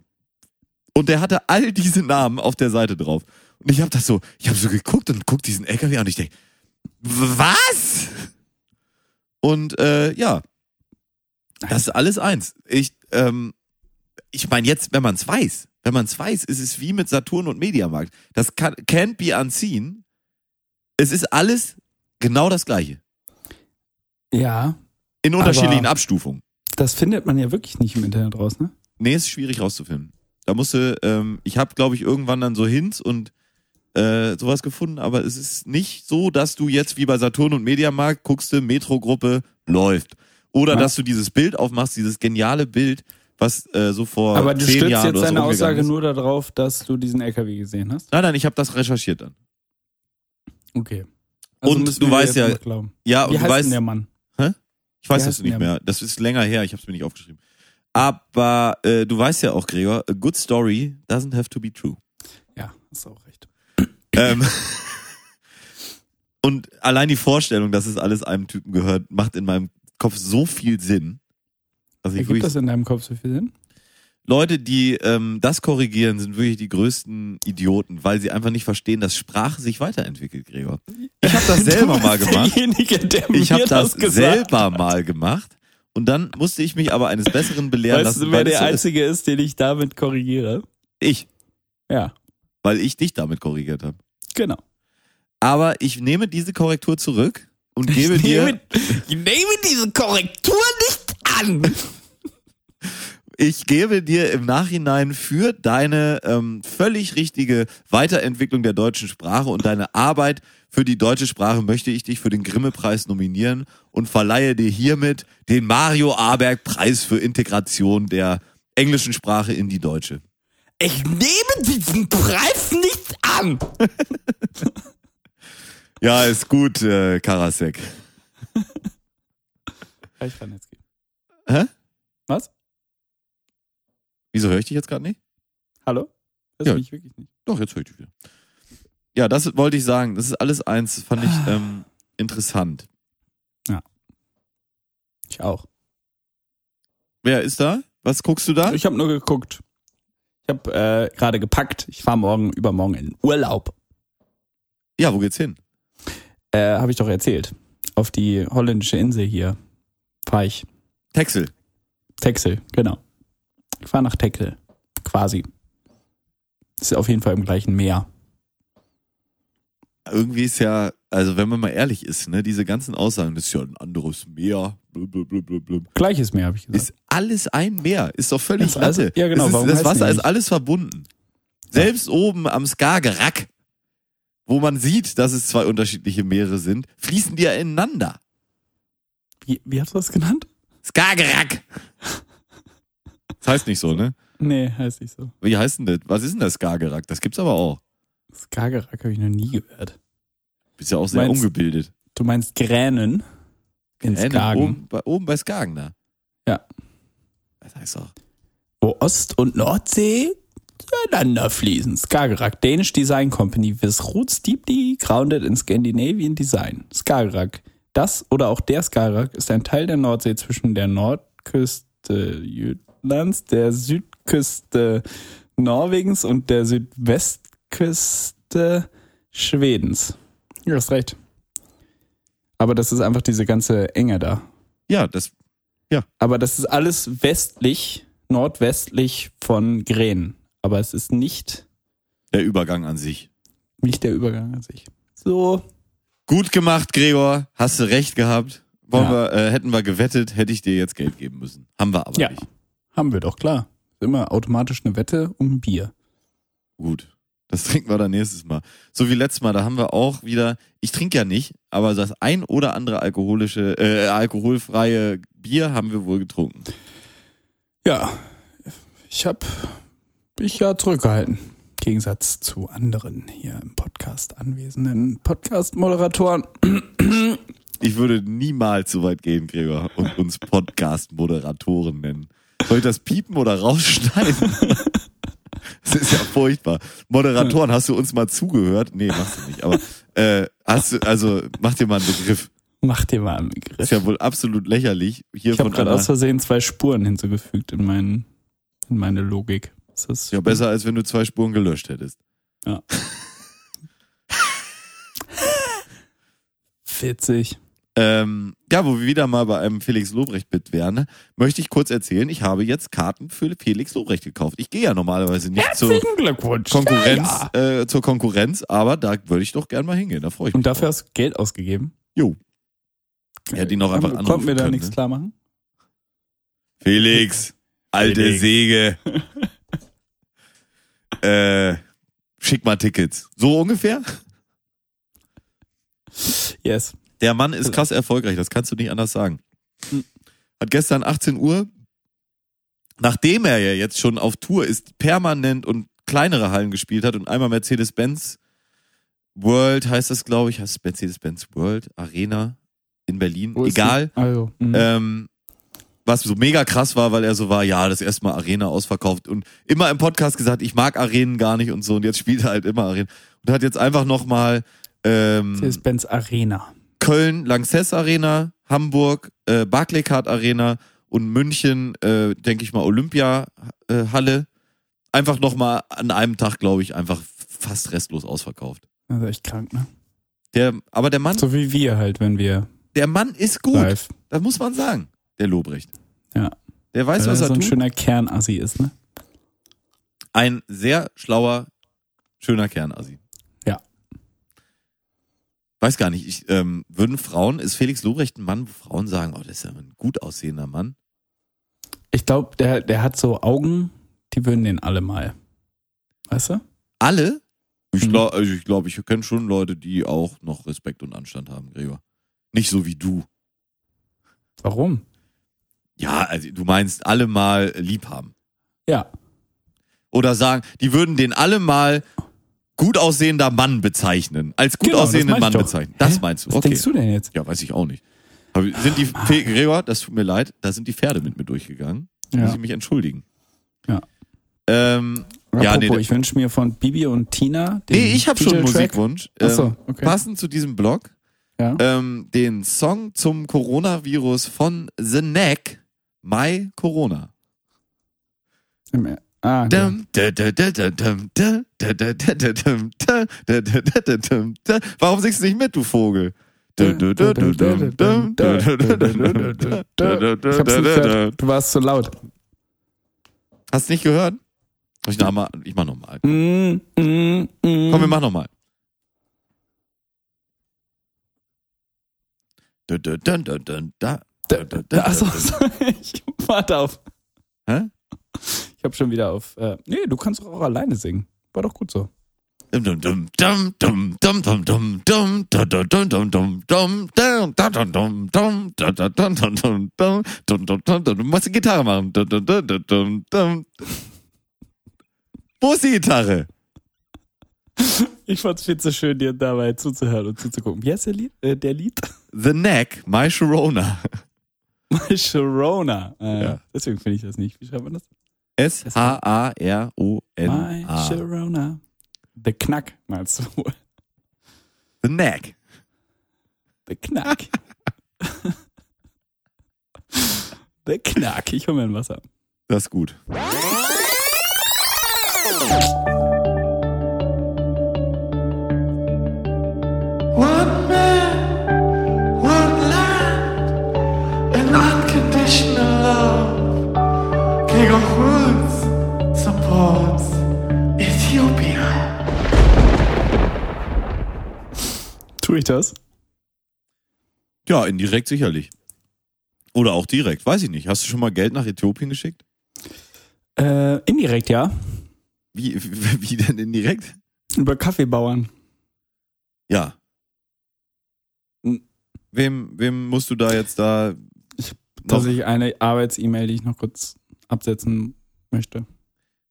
Und der hatte all diese Namen auf der Seite drauf. Und ich habe das so, ich habe so geguckt und guck diesen LKW an und ich denk, was? Und äh, ja, das ist alles eins. Ich, ähm, ich meine jetzt, wenn man es weiß, wenn man es weiß, ist es wie mit Saturn und Mediamarkt. Das kann, can't be unseen. Es ist alles genau das gleiche.
Ja.
In
Aber-
unterschiedlichen Abstufungen.
Das findet man ja wirklich nicht im Internet raus, ne?
Nee, ist schwierig rauszufinden. Da musste, ähm, ich habe, glaube ich, irgendwann dann so Hints und äh, sowas gefunden, aber es ist nicht so, dass du jetzt wie bei Saturn und Mediamarkt guckst, Metro-Gruppe läuft. Oder
Ja.
dass du dieses Bild aufmachst, dieses geniale Bild, was äh, so vor
Aber du
zehn
stützt
Jahren
jetzt
oder so
deine
rumgegangen
Aussage
ist.
nur darauf, dass du diesen LKW gesehen hast.
Nein, nein, ich habe das recherchiert dann.
Okay.
Und
Also müssen
du
wir
weißt
jetzt
ja-
noch Glauben.
Ja,
Wie
und du
heißt
weißt,
denn der Mann?
Ich weiß
Wie
das
heißt
nicht
der?
mehr. Das ist länger her. Ich habe es mir nicht aufgeschrieben. Aber äh, du weißt ja auch, Gregor, a good story doesn't have to be true.
Ja, hast auch recht.
ähm, *laughs* und allein die Vorstellung, dass es alles einem Typen gehört, macht in meinem Kopf so viel Sinn. Also ich
Ergibt
wirklich,
das in deinem Kopf so viel Sinn?
Leute, die ähm, das korrigieren, sind wirklich die größten Idioten, weil sie einfach nicht verstehen, dass Sprache sich weiterentwickelt, Gregor. Ich habe das
*laughs*
selber
du
mal
bist
gemacht.
Derjenige, der
Ich
mir
habe das,
gesagt
selber mal gemacht und dann musste ich mich aber eines Besseren belehren
Weißt du,
lassen.
wer
weil es
der
so ist.
Einzige ist, den ich damit korrigiere?
Ich,
Ja,
weil ich dich damit korrigiert habe.
genau.
Aber ich nehme diese Korrektur zurück und gebe
ich,
dir,
nehme, ich nehme diese Korrektur nicht *laughs* an.
ich gebe dir im Nachhinein für deine ähm, völlig richtige Weiterentwicklung der deutschen Sprache und deine Arbeit für die deutsche Sprache möchte ich dich für den Grimme-Preis nominieren und verleihe dir hiermit den Mario Aberg-Preis für Integration der englischen Sprache in die deutsche.
Ich nehme diesen Preis nicht an.
Ja, ist gut, äh, Karasek.
Ich kann jetzt gehen.
Hä?
Was?
Wieso höre ich dich jetzt gerade nicht?
Hallo? Das
Ja.
ja. ich wirklich nicht.
Doch, jetzt höre ich dich wieder. Ja, das wollte ich sagen. Das ist alles eins, fand ich ähm, interessant.
Ich auch.
Wer ist da? Was guckst du da?
Ich habe nur geguckt. Ich habe äh, gerade gepackt. Ich fahre morgen, übermorgen in Urlaub.
Ja, wo geht's hin?
Äh, habe ich doch erzählt. Auf die holländische Insel hier fahre ich.
Texel.
Texel, genau. Ich fahre nach Texel. Quasi. Ist auf jeden Fall im gleichen Meer.
Irgendwie ist ja, also wenn man mal ehrlich ist, ne, diese ganzen Aussagen, das ist ja ein anderes Meer, blub, blub, blub, blub, blub.
Gleiches Meer, habe ich gesagt.
Ist alles ein Meer. Ist doch völlig
Ist alles-
Latte.
ja, genau,
Es Ist,
warum
das
heißt
Wasser
die
ist
nicht?
alles verbunden. Selbst oben am Skagerrak, wo man sieht, dass es zwei unterschiedliche Meere sind, fließen die ja ineinander.
wie, wie hast du das genannt?
Skagerrak! Das heißt nicht so, ne?
Nee, heißt nicht so.
Wie heißt denn das? Was ist denn das Skagerrak? Das gibt's aber auch.
Skagerrak habe ich noch nie gehört.
Bist ja auch sehr
Meinst-
ungebildet.
Du meinst Gränen? In
Äh, ne,
Skagen.
Oben, bei, oben bei Skagen da.
Ja.
Das heißt auch.
Wo Ost- und Nordsee zueinander fließen. Skagerrak, Danish Design Company, with roots deeply grounded in Scandinavian Design. Skagerrak. Das oder auch der Skagerrak ist ein Teil der Nordsee zwischen der Nordküste Jütlands, der Südküste Norwegens und der Südwestküste Schwedens. Du hast recht. Aber das ist einfach diese ganze Enge da.
Ja, das
Aber das ist alles westlich, nordwestlich von Gren. Aber es ist nicht,
der Übergang an sich.
nicht der Übergang an sich. So.
Gut gemacht, Gregor. Hast du recht gehabt. Wollen
Ja.
wir, äh, hätten wir gewettet, hätte ich dir jetzt Geld geben müssen. Haben wir aber
Ja.
nicht.
Haben wir doch, klar. Immer automatisch eine Wette um Bier.
Gut. Das *laughs* trinken wir dann nächstes Mal. So wie letztes Mal, da haben wir auch wieder, ich trinke ja nicht, aber das ein oder andere alkoholische, äh, alkoholfreie Bier haben wir wohl getrunken.
Ja. Ich hab mich ja zurückgehalten. Im Gegensatz zu anderen hier im Podcast anwesenden Podcast-Moderatoren.
Ich würde niemals so weit gehen, Gregor, und uns Podcast-Moderatoren nennen. Soll ich das piepen oder rausschneiden? *laughs* Das ist ja furchtbar. Moderatoren, hast du uns mal zugehört? Nee, machst du nicht. Aber äh, hast du, also mach dir mal einen Begriff.
Mach dir mal einen
Ist
Begriff.
ja wohl absolut lächerlich. Hier
Ich habe
von
gerade aus
einer,
Versehen zwei Spuren hinzugefügt in, meinen, in meine Logik. Ist das
ja, besser als wenn du zwei Spuren gelöscht hättest.
witzig?
Ähm, ja, wo wir wieder mal bei einem Felix Lobrecht-Bit wären, möchte ich kurz erzählen, ich habe jetzt Karten für Felix Lobrecht gekauft. Ich gehe ja normalerweise nicht zu
Herzlichen Glückwunsch.
Konkurrenz,
Ja, ja.
Äh, zur Konkurrenz, aber da würde ich doch gern mal hingehen. Da freue ich mich.
Und dafür
drauf.
hast du Geld ausgegeben?
Jo. Ja, die noch einfach
Kon-
anrufen
Konnten wir da
können,
nichts
ne?
klar machen?
Felix,
*laughs*
alte
Felix. *laughs*
Säge. äh, schick mal Tickets. So ungefähr?
Yes.
Der Mann ist krass erfolgreich, das kannst du nicht anders sagen.
Hm.
Hat gestern 18 Uhr, nachdem er ja jetzt schon auf Tour ist, permanent und kleinere Hallen gespielt hat und einmal Mercedes-Benz World heißt das, glaube ich, heißt es Mercedes-Benz World Arena in Berlin.
Wo ist
Egal.
die? Also, mhm.
Ähm, was so mega krass war, weil er so war, ja, das erste Mal Arena ausverkauft und immer im Podcast gesagt, ich mag Arenen gar nicht und so und jetzt spielt er halt immer Arenen und hat jetzt einfach nochmal ähm,
Mercedes-Benz Arena.
Köln Lanxess Arena, Hamburg äh, Barclaycard Arena und München, äh, denke ich mal, Olympia äh, Halle. Einfach nochmal an einem Tag, glaube ich, einfach fast restlos ausverkauft.
Das ist echt krank, ne?
Der, aber der Mann,
So wie wir halt, wenn wir
der Mann ist gut.
live.
Das muss man sagen, der Lobrecht.
Ja.
Der weiß,
weil
was
er
er
äh, so ein
tut.
schöner Kernassi ist, ne?
Ein sehr schlauer, schöner Kernasi.
Ja.
Weiß gar nicht. Ich, ähm, würden Frauen, ist Felix Lobrecht ein Mann, wo Frauen sagen, oh, das ist ja ein gut aussehender Mann?
Ich glaube, der, der hat so Augen, die würden den alle mal. Weißt du?
Alle? Ich
Mhm.
glaube, also ich, glaub, ich kenne schon Leute, die auch noch Respekt und Anstand haben, Gregor. Nicht so wie du.
Warum?
Ja, also du meinst alle mal lieb haben.
Ja.
Oder sagen, die würden den alle mal gut aussehender Mann bezeichnen. Als gut
Genau, das
aussehenden
meine
Mann
ich doch.
bezeichnen. Das
Hä?
meinst du,
Was
okay.
denkst du Ah. denn jetzt?
Ja, weiß ich auch nicht. Hab ich- sind die Fe Gregor, das tut mir leid, da sind die Pferde mit mir durchgegangen. Da
Ja.
Muss ich mich entschuldigen.
Ja.
Ähm, ja, nee,
Apropos, ich wünsche mir von Bibi und Tina den
nee, ich habe schon einen
Titeltrack.
Musikwunsch. Ähm,
Ach so, okay.
Passend zu diesem Blog,
Ja.
ähm, den Song zum Coronavirus von The Neck, My Corona.
Im- Ah, ja.
Dum, da, da, da, da, dum, da, da, da, da, da, dum, da, da, da, da, da, dum, da. Warum singst du nicht mit, du Vogel?
Ich hab's nicht gehört. Du warst zu laut.
Hast nicht gehört? Ich, noch mal, ich mach nochmal.
Mm, mm, mm.
Komm, wir machen nochmal. Da, da, da, da, da, da.
Achso, *laughs* ich warte auf.
Hä?
Ich habe schon wieder auf. Äh, nee, du kannst doch auch alleine singen. War doch gut so.
Dum, dum, dum, dum, dum, dum, dum, dum, dum, da, da, dum, dum, dum, dum, da, da, dum, dum, dum, da, da, dum, dum, dum, dum, dum, dum, dum, dum. Du musst die Gitarre machen. Dum, dum, dum, dum, dum, dum. Wo ist die Gitarre?
Ich fand's viel zu schön, dir dabei zuzuhören und zuzugucken. Wie heißt der Lied? Äh, der Lied? *laughs*
The Neck, My Sharona.
Sharona. Äh,
Ja.
Deswegen finde ich das nicht. Wie schreibt man das? My
S-H-A-R-O-N-A.
Sharona. The Knack, meinst du *laughs* wohl?
The Neck.
The Knack. *laughs* The Knack. Ich hol mir ein Wasser.
Das ist gut.
One man, one land, and unconditional love. King of Woods supports Ethiopia.
Tue ich das?
Ja, indirekt sicherlich. Oder auch direkt, weiß ich nicht. Hast du schon mal Geld nach Äthiopien geschickt?
Äh, indirekt, ja.
Wie, wie, wie denn indirekt?
Über Kaffeebauern.
Ja.
Hm.
Wem, wem musst du da jetzt da noch,
Dass ich eine Arbeits-E-Mail, die ich noch kurz absetzen möchte.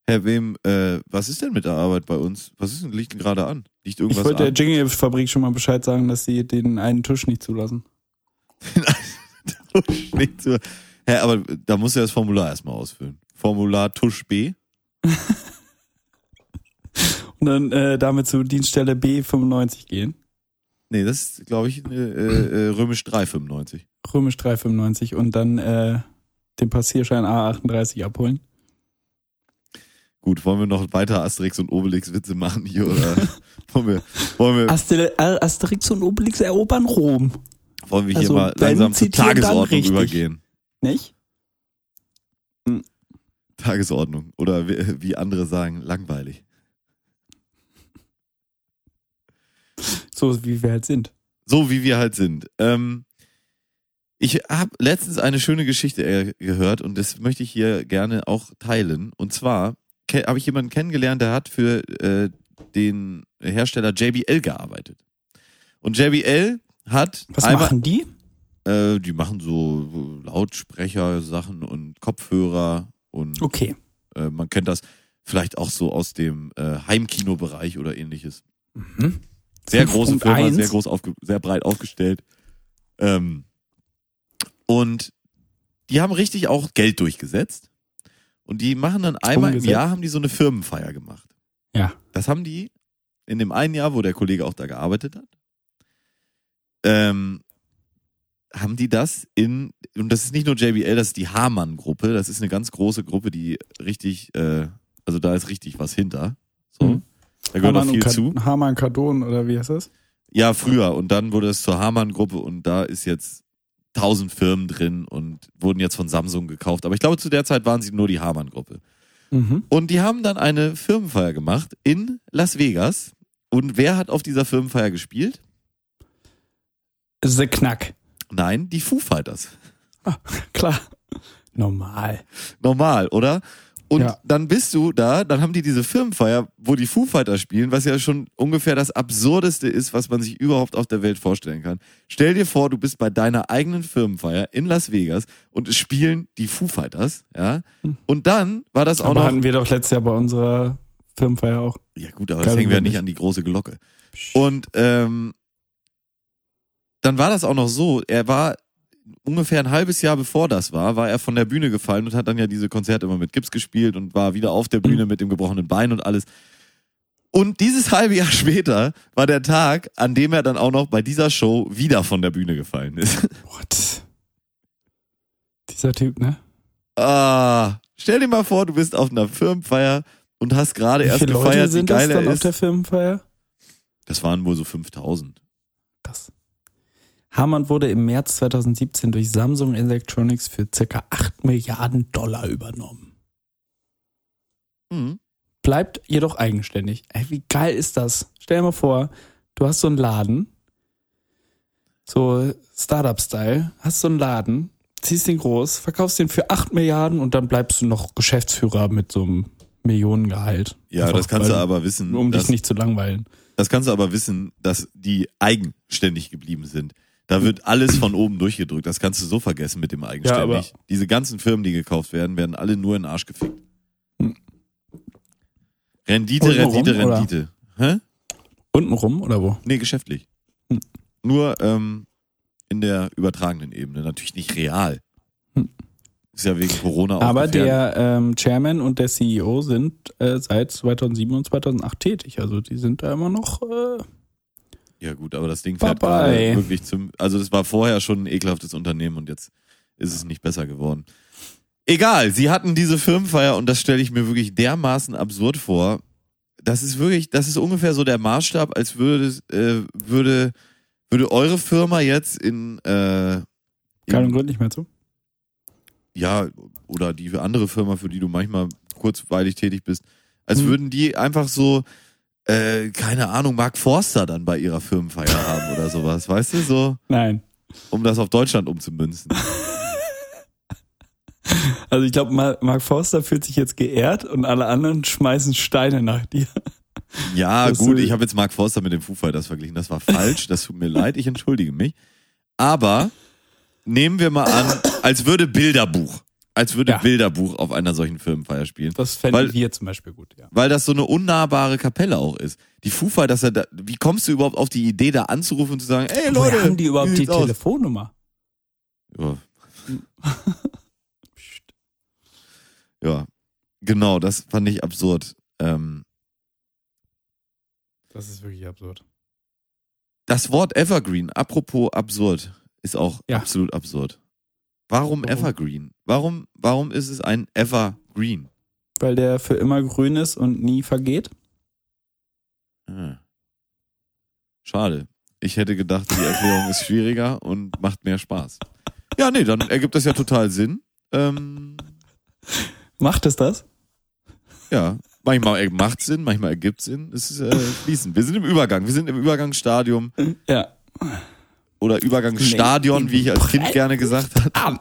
Herr Wem, äh, was ist denn mit der Arbeit bei uns? Was ist denn, liegt denn gerade an?
Ich
Liegt irgendwas
wollte der
an?
Jingle-Fabrik schon mal Bescheid sagen, dass sie den einen Tisch nicht zulassen.
*laughs* Tusch nicht zu. Hä, aber da musst du ja das Formular erstmal ausfüllen. Formular Tusch B.
Und dann äh, damit zur Dienststelle B95 gehen.
Nee, das ist, glaube ich, äh, äh, römisch 395.
Römisch 395 und dann äh, den Passierschein A38 abholen.
Gut, wollen wir noch weiter Asterix und Obelix Witze machen hier
*laughs*
oder wollen wir, wollen wir
Aster Asterix und Obelix erobern Rom.
Wollen wir hier
Also,
mal
wenn
langsam zur
zitieren, dann
Tagesordnung
richtig.
übergehen?
Nicht?
Tagesordnung. Oder wie, wie andere sagen, langweilig.
So wie wir halt sind.
So wie wir halt sind. Ähm, ich habe letztens eine schöne Geschichte äh, gehört und das möchte ich hier gerne auch teilen. Und zwar habe ich jemanden kennengelernt, der hat für äh, den Hersteller JBL gearbeitet. Und JBL hat
Was
einmal,
machen die?
Äh, die machen so Lautsprecher-Sachen und Kopfhörer und
Okay.
Äh, man kennt das vielleicht auch so aus dem äh, Heimkinobereich oder ähnliches.
Mhm.
Sehr große Firma,
5.1.
sehr groß, aufge sehr breit aufgestellt. Ähm, und die haben richtig auch Geld durchgesetzt. Und die machen dann einmal im
Umgesetzt.
Jahr, haben die so eine Firmenfeier gemacht.
Ja.
Das haben die in dem einen Jahr, wo der Kollege auch da gearbeitet hat, ähm, haben die das in, und das ist nicht nur JBL, das ist die Hamann-Gruppe, das ist eine ganz große Gruppe, die richtig, äh, also da ist richtig was hinter. So.
Mhm.
Da gehört
Hamann
auch
und
viel
Kad-
zu.
Hamann Kardon oder wie heißt das?
Ja, früher. Und dann wurde es zur Hamann-Gruppe und da ist jetzt tausend Firmen drin und wurden jetzt von Samsung gekauft. Aber ich glaube, zu der Zeit waren sie nur die Hamann-Gruppe.
Mhm.
Und die haben dann eine Firmenfeier gemacht in Las Vegas. Und wer hat auf dieser Firmenfeier gespielt?
The Knack.
Nein, die Foo Fighters.
*laughs* Klar. Normal.
Normal, oder? Und
Ja.
dann bist du da, dann haben die diese Firmenfeier, wo die Foo Fighters spielen, was ja schon ungefähr das Absurdeste ist, was man sich überhaupt auf der Welt vorstellen kann. Stell dir vor, du bist bei deiner eigenen Firmenfeier in Las Vegas und es spielen die Foo Fighters, ja? Und dann war das auch
Aber
noch...
hatten wir doch letztes Jahr bei unserer Firmenfeier auch.
Ja gut, aber das
Kann
hängen wir ja
man
nicht
nicht.
an die große Glocke. Und ähm, dann war das auch noch so, er war ungefähr ein halbes Jahr bevor das war, war er von der Bühne gefallen und hat dann ja diese Konzerte immer mit Gips gespielt und war wieder auf der
Mhm.
Bühne mit dem gebrochenen Bein und alles. Und dieses halbe Jahr *laughs* später war der Tag, an dem er dann auch noch bei dieser Show wieder von der Bühne gefallen ist. *laughs*
What? Dieser Typ, ne?
ah, stell dir mal vor, du bist auf einer Firmenfeier und hast gerade erst gefeiert,
sind
wie geil
das dann
er
auf der
ist.
Firmenfeier?
Das waren wohl so 5000.
Krass. Hamann wurde im März 2017 durch Samsung Electronics für ca. 8 Milliarden Dollar übernommen.
Mhm.
Bleibt jedoch eigenständig. Ey, wie geil ist das? Stell dir mal vor, du hast so einen Laden, so Startup-Style, hast so einen Laden ziehst den groß, verkaufst den für 8 Milliarden und dann bleibst du noch Geschäftsführer mit so einem Millionengehalt.
Ja,
Einfach,
das kannst du
weil-
aber wissen.
Nur um
dass,
dich nicht zu langweilen.
Das kannst du aber wissen, dass die eigenständig geblieben sind. Da wird alles von oben durchgedrückt. Das kannst du so vergessen mit dem eigenständig. Diese ganzen Firmen, die gekauft werden, werden alle nur in den Arsch gefickt.
Hm.
Rendite,
Und warum,
Rendite,
oder?
Rendite. Hä?
Untenrum oder wo?
Nee, geschäftlich.
Hm.
Nur ähm, in der übertragenen Ebene. Natürlich nicht real.
Hm.
Ist ja wegen Corona auch
Aber
gefährlich.
der ähm, Chairman und der CEO sind äh, seit 2007 und 2008 tätig. Also die sind da immer noch. Äh,
Ja gut, aber das Ding fährt
Bye-bye.
gerade wirklich zum... Also das war vorher schon ein ekelhaftes Unternehmen und jetzt ist es nicht besser geworden. Egal, sie hatten diese Firmenfeier und das stelle ich mir wirklich dermaßen absurd vor. Das ist wirklich, das ist ungefähr so der Maßstab, als würde, es, äh, würde, würde eure Firma jetzt in, äh,
keinen
in
Grund nicht mehr zu.
ja, oder die andere Firma, für die du manchmal kurzweilig tätig bist, als
Mhm.
würden die einfach so, äh, keine Ahnung, Mark Forster dann bei ihrer Firmenfeier haben oder sowas, weißt du, so,
Nein.
um das auf Deutschland umzumünzen.
Also ich glaube, Ma- Mark Forster fühlt sich jetzt geehrt und alle anderen schmeißen Steine nach dir.
Ja,
*laughs* Das,
gut,
äh,
ich habe jetzt Mark Forster mit dem Foo Fighters verglichen, das war falsch, das tut mir leid, ich entschuldige mich. Aber nehmen wir mal an, als würde Bilderbuch, als würde
Ja.
Bilderbuch auf einer solchen Firmenfeier spielen.
Das
Weil-
fänden wir zum Beispiel gut, ja.
weil das so eine unnahbare Kapelle auch ist. Die Fufa, dass er da, wie kommst du überhaupt auf die Idee, da anzurufen und zu sagen, ey Leute,
Woher haben die überhaupt
wie
die
sieht's aus?
Telefonnummer?
Ja. ja, genau, das fand ich absurd. Ähm,
Das ist wirklich absurd.
das Wort Evergreen, apropos absurd, ist auch
Ja.
absolut absurd.
Warum?
Warum Evergreen? Warum, warum ist es ein Evergreen?
Weil der für immer grün ist und nie vergeht.
Ah. Schade. Ich hätte gedacht, die
*laughs*
Erklärung ist schwieriger und macht mehr Spaß. Ja, nee, dann ergibt das ja total Sinn. Ähm,
Macht es das?
ja, manchmal macht Sinn, manchmal ergibt Sinn. Es ist äh, fließend. Wir sind im Übergang. Wir sind im Übergangsstadium
Ja.
oder Übergangsstadion, wie ich als Kind gerne gesagt habe.
Ah.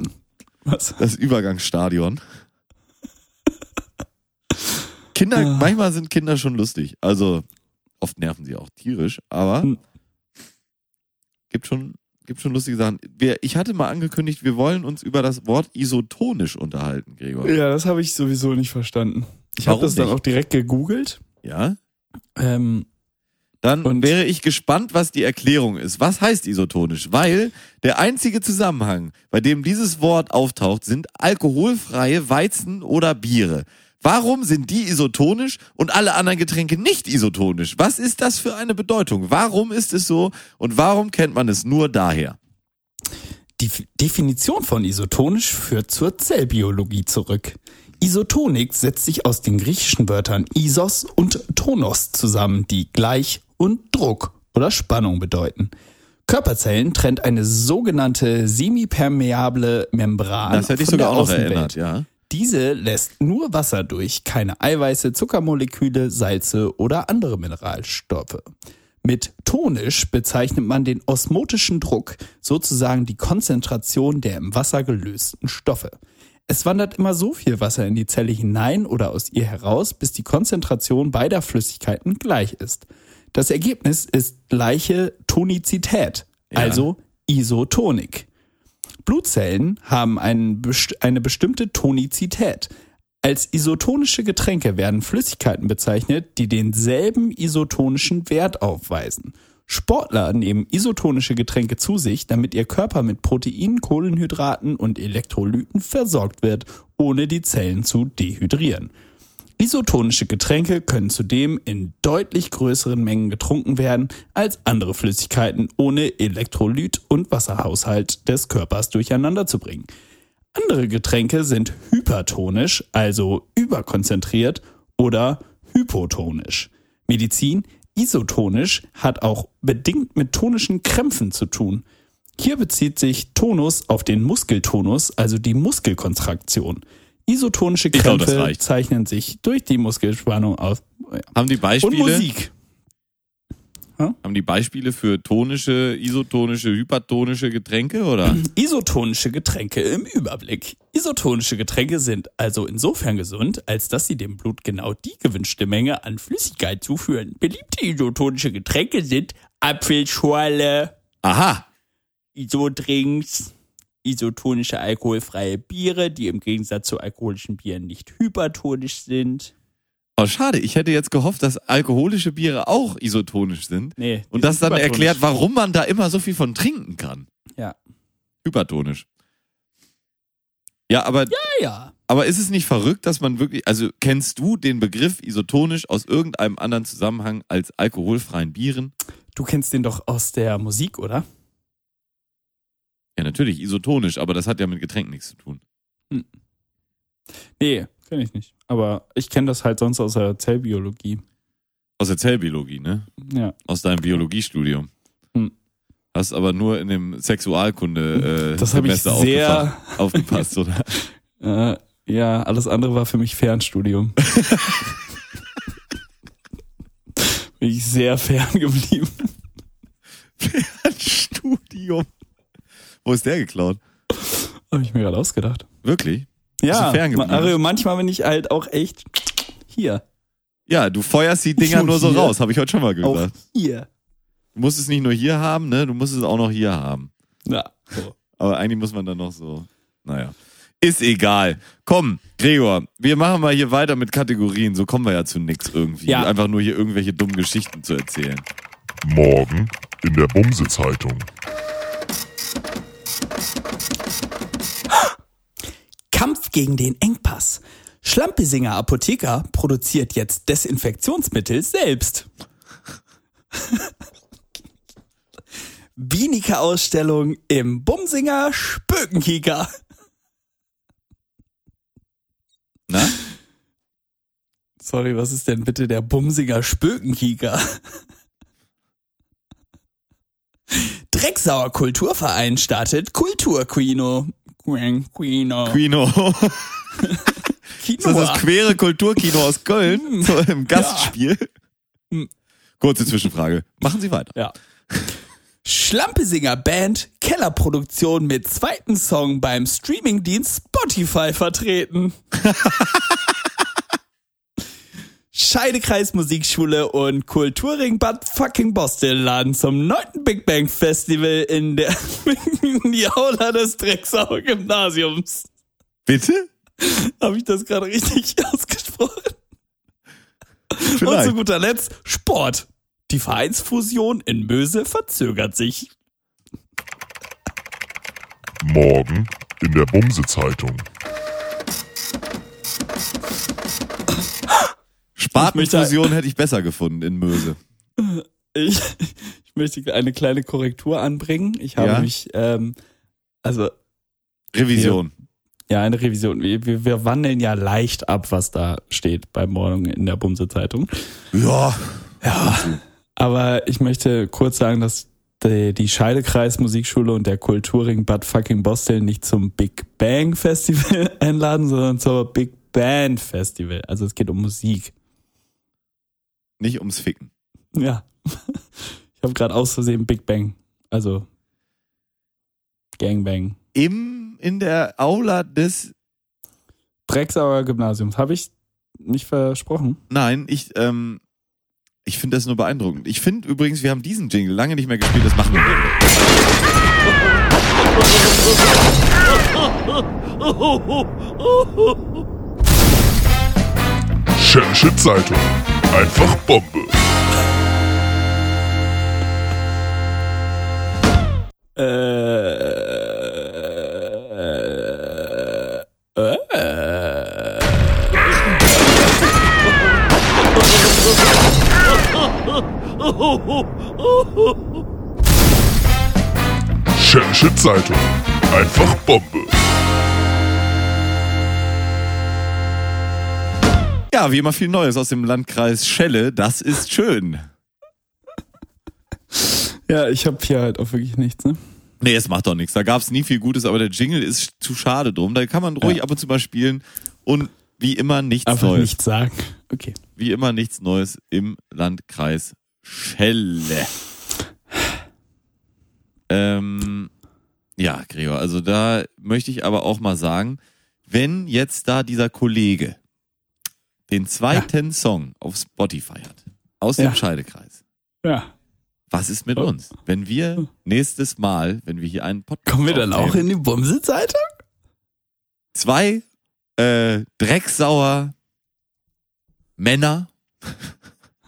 Was?
Das Übergangsstadion. Kinder,
Ah.
manchmal sind Kinder schon lustig. Also oft nerven sie auch tierisch, aber
Hm.
gibt schon, gibt schon lustige Sachen. Wir, ich hatte mal angekündigt, wir wollen uns über das Wort isotonisch unterhalten, Gregor. Ja?
Ja, das habe ich sowieso nicht verstanden. Ich habe
Warum
das dann
nicht?
auch direkt gegoogelt. Ähm,
Dann
Und-
wäre ich gespannt, was die Erklärung ist. Was heißt isotonisch? Weil der einzige Zusammenhang, bei dem dieses Wort auftaucht, sind alkoholfreie Weizen oder Biere. Warum sind die isotonisch und alle anderen Getränke nicht isotonisch? Was ist das für eine Bedeutung? Warum ist es so und warum kennt man es nur daher?
Die Definition von isotonisch führt zur Zellbiologie zurück. Isotonik setzt sich aus den griechischen Wörtern isos und tonos zusammen, die gleich und Druck oder Spannung bedeuten. Körperzellen trennt eine sogenannte semipermeable Membran
das hätte ich
von der
sogar auch noch
Außenwelt.
erinnert, ja.
Diese lässt nur Wasser durch, keine Eiweiße, Zuckermoleküle, Salze oder andere Mineralstoffe. Mit tonisch bezeichnet man den osmotischen Druck, sozusagen die Konzentration der im Wasser gelösten Stoffe. Es wandert immer so viel Wasser in die Zelle hinein oder aus ihr heraus, bis die Konzentration beider Flüssigkeiten gleich ist. Das Ergebnis ist gleiche Tonizität,
Ja.
also Isotonik. Blutzellen haben einen best eine bestimmte Tonizität. Als isotonische Getränke werden Flüssigkeiten bezeichnet, die denselben isotonischen Wert aufweisen. Sportler nehmen isotonische Getränke zu sich, damit ihr Körper mit Proteinen, Kohlenhydraten und Elektrolyten versorgt wird, ohne die Zellen zu dehydrieren. Isotonische Getränke können zudem in deutlich größeren Mengen getrunken werden als andere Flüssigkeiten, ohne Elektrolyt- und Wasserhaushalt des Körpers durcheinander zu bringen. Andere Getränke sind hypertonisch, also überkonzentriert, oder hypotonisch. Medizin isotonisch hat auch bedingt mit tonischen Krämpfen zu tun. Hier bezieht sich Tonus auf den Muskeltonus, also die Muskelkontraktion. Isotonische
Ich glaub, das
Krämpfe
reicht.
zeichnen sich durch die Muskelspannung aus.
Haben die Beispiele?
Und Musik. Ja.
Haben die Beispiele für tonische, isotonische, hypertonische Getränke
*clears throat*
oder?
Isotonische Getränke im Überblick. Isotonische Getränke sind also insofern gesund, als dass sie dem Blut genau die gewünschte Menge an Flüssigkeit zuführen. Beliebte isotonische Getränke sind Apfelschorle,
Aha!
Isodrinks, isotonische alkoholfreie Biere, die im Gegensatz zu alkoholischen Bieren nicht hypertonisch sind.
Oh, schade, ich hätte jetzt gehofft, dass alkoholische Biere auch isotonisch sind.
Nee, die
Und das
sind
dann
hypertonisch.
erklärt, warum man da immer so viel von trinken kann.
Ja.
Hypertonisch. Ja, aber,
Ja, Ah ja.
aber ist es nicht verrückt, dass man wirklich, also kennst du den Begriff isotonisch aus irgendeinem anderen Zusammenhang als alkoholfreien Bieren?
Du kennst den doch aus der Musik, oder?
Ja, natürlich, isotonisch, aber das hat ja mit Getränk nichts zu tun.
Nee, kenne ich nicht. Aber ich kenne das halt sonst aus der Zellbiologie.
Aus der Zellbiologie, ne?
Ja.
Aus deinem Biologiestudium.
Hm.
Hast aber nur in dem Sexualkunde äh,
Das habe ich
Semester
sehr-
aufgepasst, aufgepasst, oder?
Äh, ja, alles andere war für mich *laughs* Fernstudium. Bin ich sehr fern geblieben.
Studium. Wo ist der geklaut?
Habe ich mir gerade ausgedacht.
Wirklich? Bist du fern geblieben?
Mario, manchmal bin ich halt auch echt hier.
Ja, du feuerst die Dinger
Nur
nur so
hier.
raus, habe ich heute schon mal
Auch
gesagt.
hier.
Du musst es nicht nur hier haben, ne? Du musst es auch noch hier haben.
Ja. So.
Aber eigentlich muss man dann noch so. Naja. Ist egal. Komm, Gregor, wir machen mal hier weiter mit Kategorien. So kommen wir ja zu nix irgendwie.
Ja.
Einfach nur hier irgendwelche dummen Geschichten zu erzählen.
Morgen in der Bumse-Zeitung.
Kampf gegen den Engpass. Schlampesinger Apotheker produziert jetzt Desinfektionsmittel *laughs* selbst. Bienicke Ausstellung im Bumsinger Spökenkieker. *laughs*
Na?
Sorry, was ist denn bitte der Bumsinger Spökenkieker? Drecksauer Kulturverein startet Kulturquino. Queen, Quino.
Quino.
Quinoa.
Ist das das queere Kulturkino aus Köln? So *laughs* im Gastspiel.
Hm.
Kurze Zwischenfrage. Machen Sie weiter.
Ja. Schlampesinger Band Kellerproduktion mit zweiten Song beim Streamingdienst Spotify vertreten. *laughs* Scheidekreis Musikschule und Kulturring Bad fucking Bostel laden zum neunten Big Bang Festival in der *laughs* in die Aula des Drecksauer Gymnasiums.
Bitte?
Habe ich das gerade richtig *laughs* ausgesprochen? Und zu
Vielleicht.
guter Letzt Sport. Die Vereinsfusion in Möse verzögert sich.
Morgen in der Bumse-Zeitung.
Spatenfusion hätte ich besser gefunden in Möse.
ich, *laughs* ich möchte eine kleine Korrektur anbringen. Ich habe
Ja.
mich, ähm, also
Revision.
ja, eine Revision. Wir, wir, wir wandeln ja leicht ab, was da steht bei Morgen in der Bumse-Zeitung.
Ja.
Aber ich möchte kurz sagen, dass die, die Scheidekreis Musikschule und der Kulturring Bad fucking Bostel nicht zum Big Bang Festival *laughs* einladen, sondern zur Big Band Festival. Also es geht um Musik.
Nicht ums Ficken.
Ja. *laughs* Ich habe gerade aus Versehen Big Bang. Also Gangbang.
Im, in der Aula des.
Drecksauer Gymnasiums. Habe ich nicht versprochen?
Nein, ich, ähm, ich finde das nur beeindruckend. Ich finde übrigens, wir haben diesen Jingle lange nicht mehr gespielt. Das machen wir.
Schädische Zeitung. Einfach Bombe.
Äh, äh, äh.
Schädische Zeitung. Einfach Bombe.
Ja, wie immer viel Neues aus dem Landkreis Schelle. Das ist schön.
Ja, ich habe hier halt auch wirklich nichts, ne?
Nee, es macht doch nichts. Da gab's nie viel Gutes, aber der Jingle ist zu schade drum. Da kann man ruhig ab und zu mal spielen und wie immer nichts
Einfach
Neues.
nichts sagen. Okay.
Wie immer nichts Neues im Landkreis Schelle. Ähm, ja, Gregor, also da möchte ich aber auch mal sagen, wenn jetzt da dieser Kollege den zweiten Song auf Spotify hat, aus
Ja.
dem Scheidekreis,
Ja.
was ist mit
Oh.
uns? Wenn wir nächstes Mal, wenn wir hier einen Podcast
Kommen wir dann auch
aufnehmen,
in die Bumse-Seite?
zwei äh, drecksauer Männer, *laughs*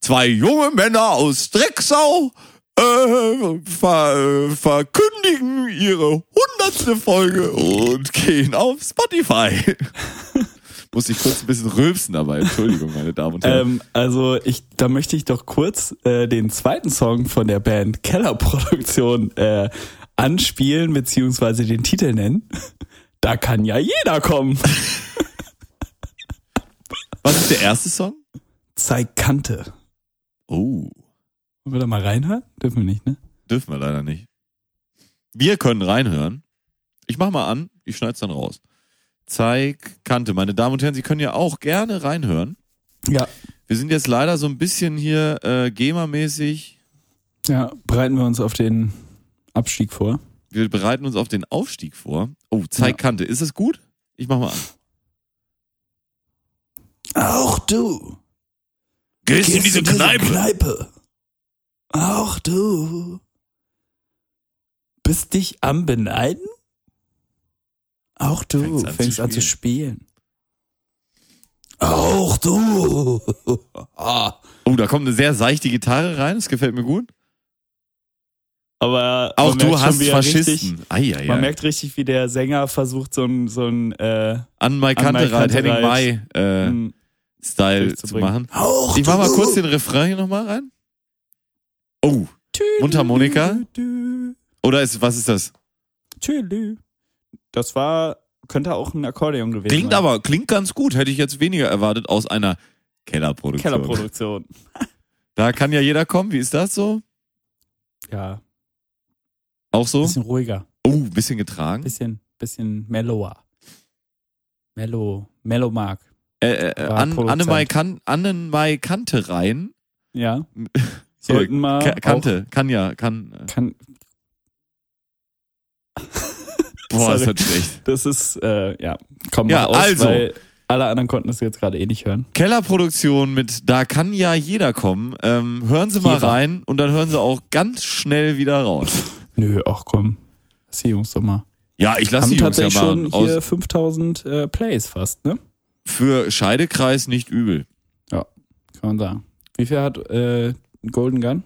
zwei junge Männer aus Drecksau äh, ver verkündigen ihre hundertste Folge und *laughs* gehen auf Spotify. *laughs* Muss ich kurz ein bisschen rülpsen dabei, Entschuldigung, meine Damen und Herren.
Ähm, also ich, da möchte ich doch kurz äh, den zweiten Song von der Band Kellerproduktion äh, anspielen, beziehungsweise den Titel nennen. Da kann ja jeder kommen.
Was ist der erste Song?
Zeig Kante.
Oh,
Wollen wir da mal reinhören? Dürfen wir nicht, ne?
dürfen wir leider nicht. Wir können reinhören. Ich mach mal an, ich schneid's dann raus. Zeig Kante. Meine Damen und Herren, Sie können ja auch gerne reinhören.
Ja.
Wir sind jetzt leider so ein bisschen hier äh, GEMA-mäßig.
Ja, bereiten wir uns auf den Abstieg vor.
Wir bereiten uns auf den Aufstieg vor. Oh, Zeig Kante. Ist das gut? Ich mach mal an.
Auch du.
Gehst
Kneipe. Auch du. Bist dich am Beneiden? Auch du
Fängst
fängst
an
an,
zu
zu spielen. Auch du. *laughs*
Oh, da kommt eine sehr seichte Gitarre rein. Das gefällt mir gut.
Aber
Auch
man merkt
du
schon,
hast
wie er Richtig,
Faschisten. Eieiei.
Man merkt richtig, wie der Sänger versucht, so ein, so ein äh,
An
An Mai
Mai
hm,
Kante Reit, Henning Mai
Kantereit.
äh,
m,
Style zu
durchzubringen.
machen.
Auch
Ich mach mal
Oh.
kurz den Refrain hier nochmal rein. Oh,
Tü-
Mundharmonika?
tü-
oder ist, was ist das?
Tschüss. Das war, könnte auch ein Akkordeon gewesen
Klingt
sein.
aber, klingt ganz gut. Hätte ich jetzt weniger erwartet aus einer Kellerproduktion.
Kellerproduktion.
Da kann ja jeder kommen. Wie ist das so?
Ja,
Auch so?
bisschen ruhiger.
Oh, ein bisschen getragen.
Bisschen, bisschen mellower. Mellow, mellow Mark.
Äh, äh,
war
an,
Produzent.
Annemai kan, Annemai Kante rein.
Ja.
Hier,
Sollten mal.
Ka- Kante, kann ja, kann.
*laughs*
äh,
Auch, kann,
Boah, ist
Sorry.
das schlecht.
das ist, äh, ja, komm
Ja,
mal raus,
also.
weil alle anderen konnten das jetzt gerade eh nicht hören.
Kellerproduktion mit Da kann ja jeder kommen. Ähm, hören Sie mal
Jeder.
rein und dann hören Sie auch ganz schnell wieder raus.
Nö, ach komm. Lass die Jungs doch mal.
Ja, ich lasse
Haben
die Jungs ja
tatsächlich
mal
schon hier
aus.
5000 äh, Plays fast, ne?
Für Scheidekreis nicht übel.
Kann man sagen. Wie viel hat äh, Golden Gun?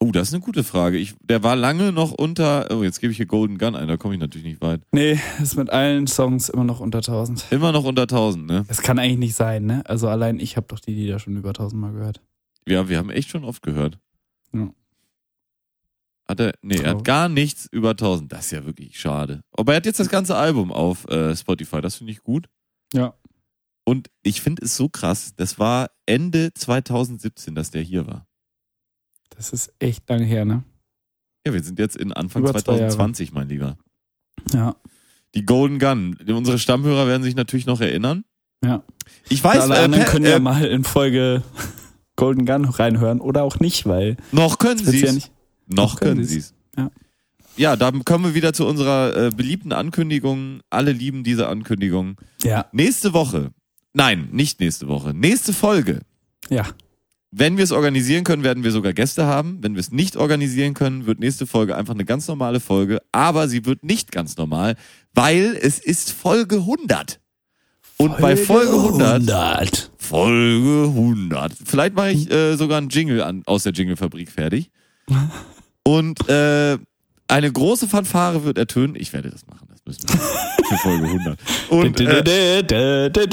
Oh, das ist eine gute Frage. Ich, der war lange noch unter. Oh, jetzt gebe ich hier Golden Gun ein, da komme ich natürlich nicht weit.
Nee, ist mit allen Songs immer noch unter 1000.
Immer noch unter 1000, ne?
Das kann eigentlich nicht sein, ne? Also allein ich habe doch die Lieder schon über 1000 Mal gehört.
Ja, wir haben echt schon oft gehört.
Ja.
Hat er, nee, er hat
Traurig.
gar nichts über 1000. Das ist ja wirklich schade. Aber er hat jetzt das ganze Album auf äh, Spotify. Das finde ich gut.
Ja.
Und ich finde es so krass. Das war Ende 2017, dass der hier war.
Das ist echt lange her, ne?
Ja, wir sind jetzt in Anfang
Über zwei Jahre.
2020, mein Lieber.
Ja.
Die Golden Gun. Unsere Stammhörer werden sich natürlich noch erinnern.
Ja.
Ich
Weil
weiß,
alle
äh,
anderen
Pe-
können
äh,
ja mal in Folge *laughs* Golden Gun reinhören oder auch nicht, weil
noch können
das wird's
sie
ja
es.
nicht.
Noch können sie es.
Ja.
ja, da kommen wir wieder zu unserer äh, beliebten Ankündigung. Alle lieben diese Ankündigung.
Ja,
Nächste Woche. Nein, nicht nächste Woche. Nächste Folge.
ja.
Wenn wir es organisieren können, werden wir sogar Gäste haben. Wenn wir es nicht organisieren können, wird nächste Folge einfach eine ganz normale Folge. Aber sie wird nicht ganz normal, weil es ist Folge 100. Und bei Folge 100 Folge 100. Vielleicht mache ich äh, sogar einen Jingle an, aus der Jinglefabrik fertig. Und äh, eine große Fanfare wird ertönen. Ich werde das machen, das müssen wir für Folge 100. Und äh,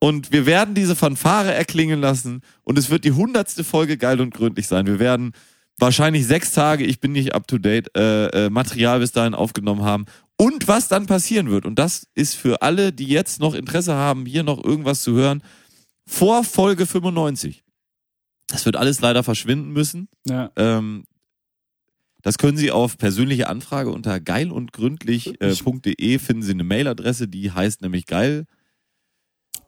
und wir werden diese Fanfare erklingen lassen und es wird die hundertste Folge geil und gründlich sein. Wir werden wahrscheinlich sechs Tage, ich bin nicht up to date, äh, äh, Material bis dahin aufgenommen haben. Und was dann passieren wird, und das ist für alle, die jetzt noch Interesse haben, hier noch irgendwas zu hören, vor Folge 95. Das wird alles leider verschwinden müssen.
Ja.
Ähm, das können Sie auf persönliche Anfrage unter geilundgründlich.de äh,
Ich-
.de finden Sie eine Mailadresse, die heißt nämlich geil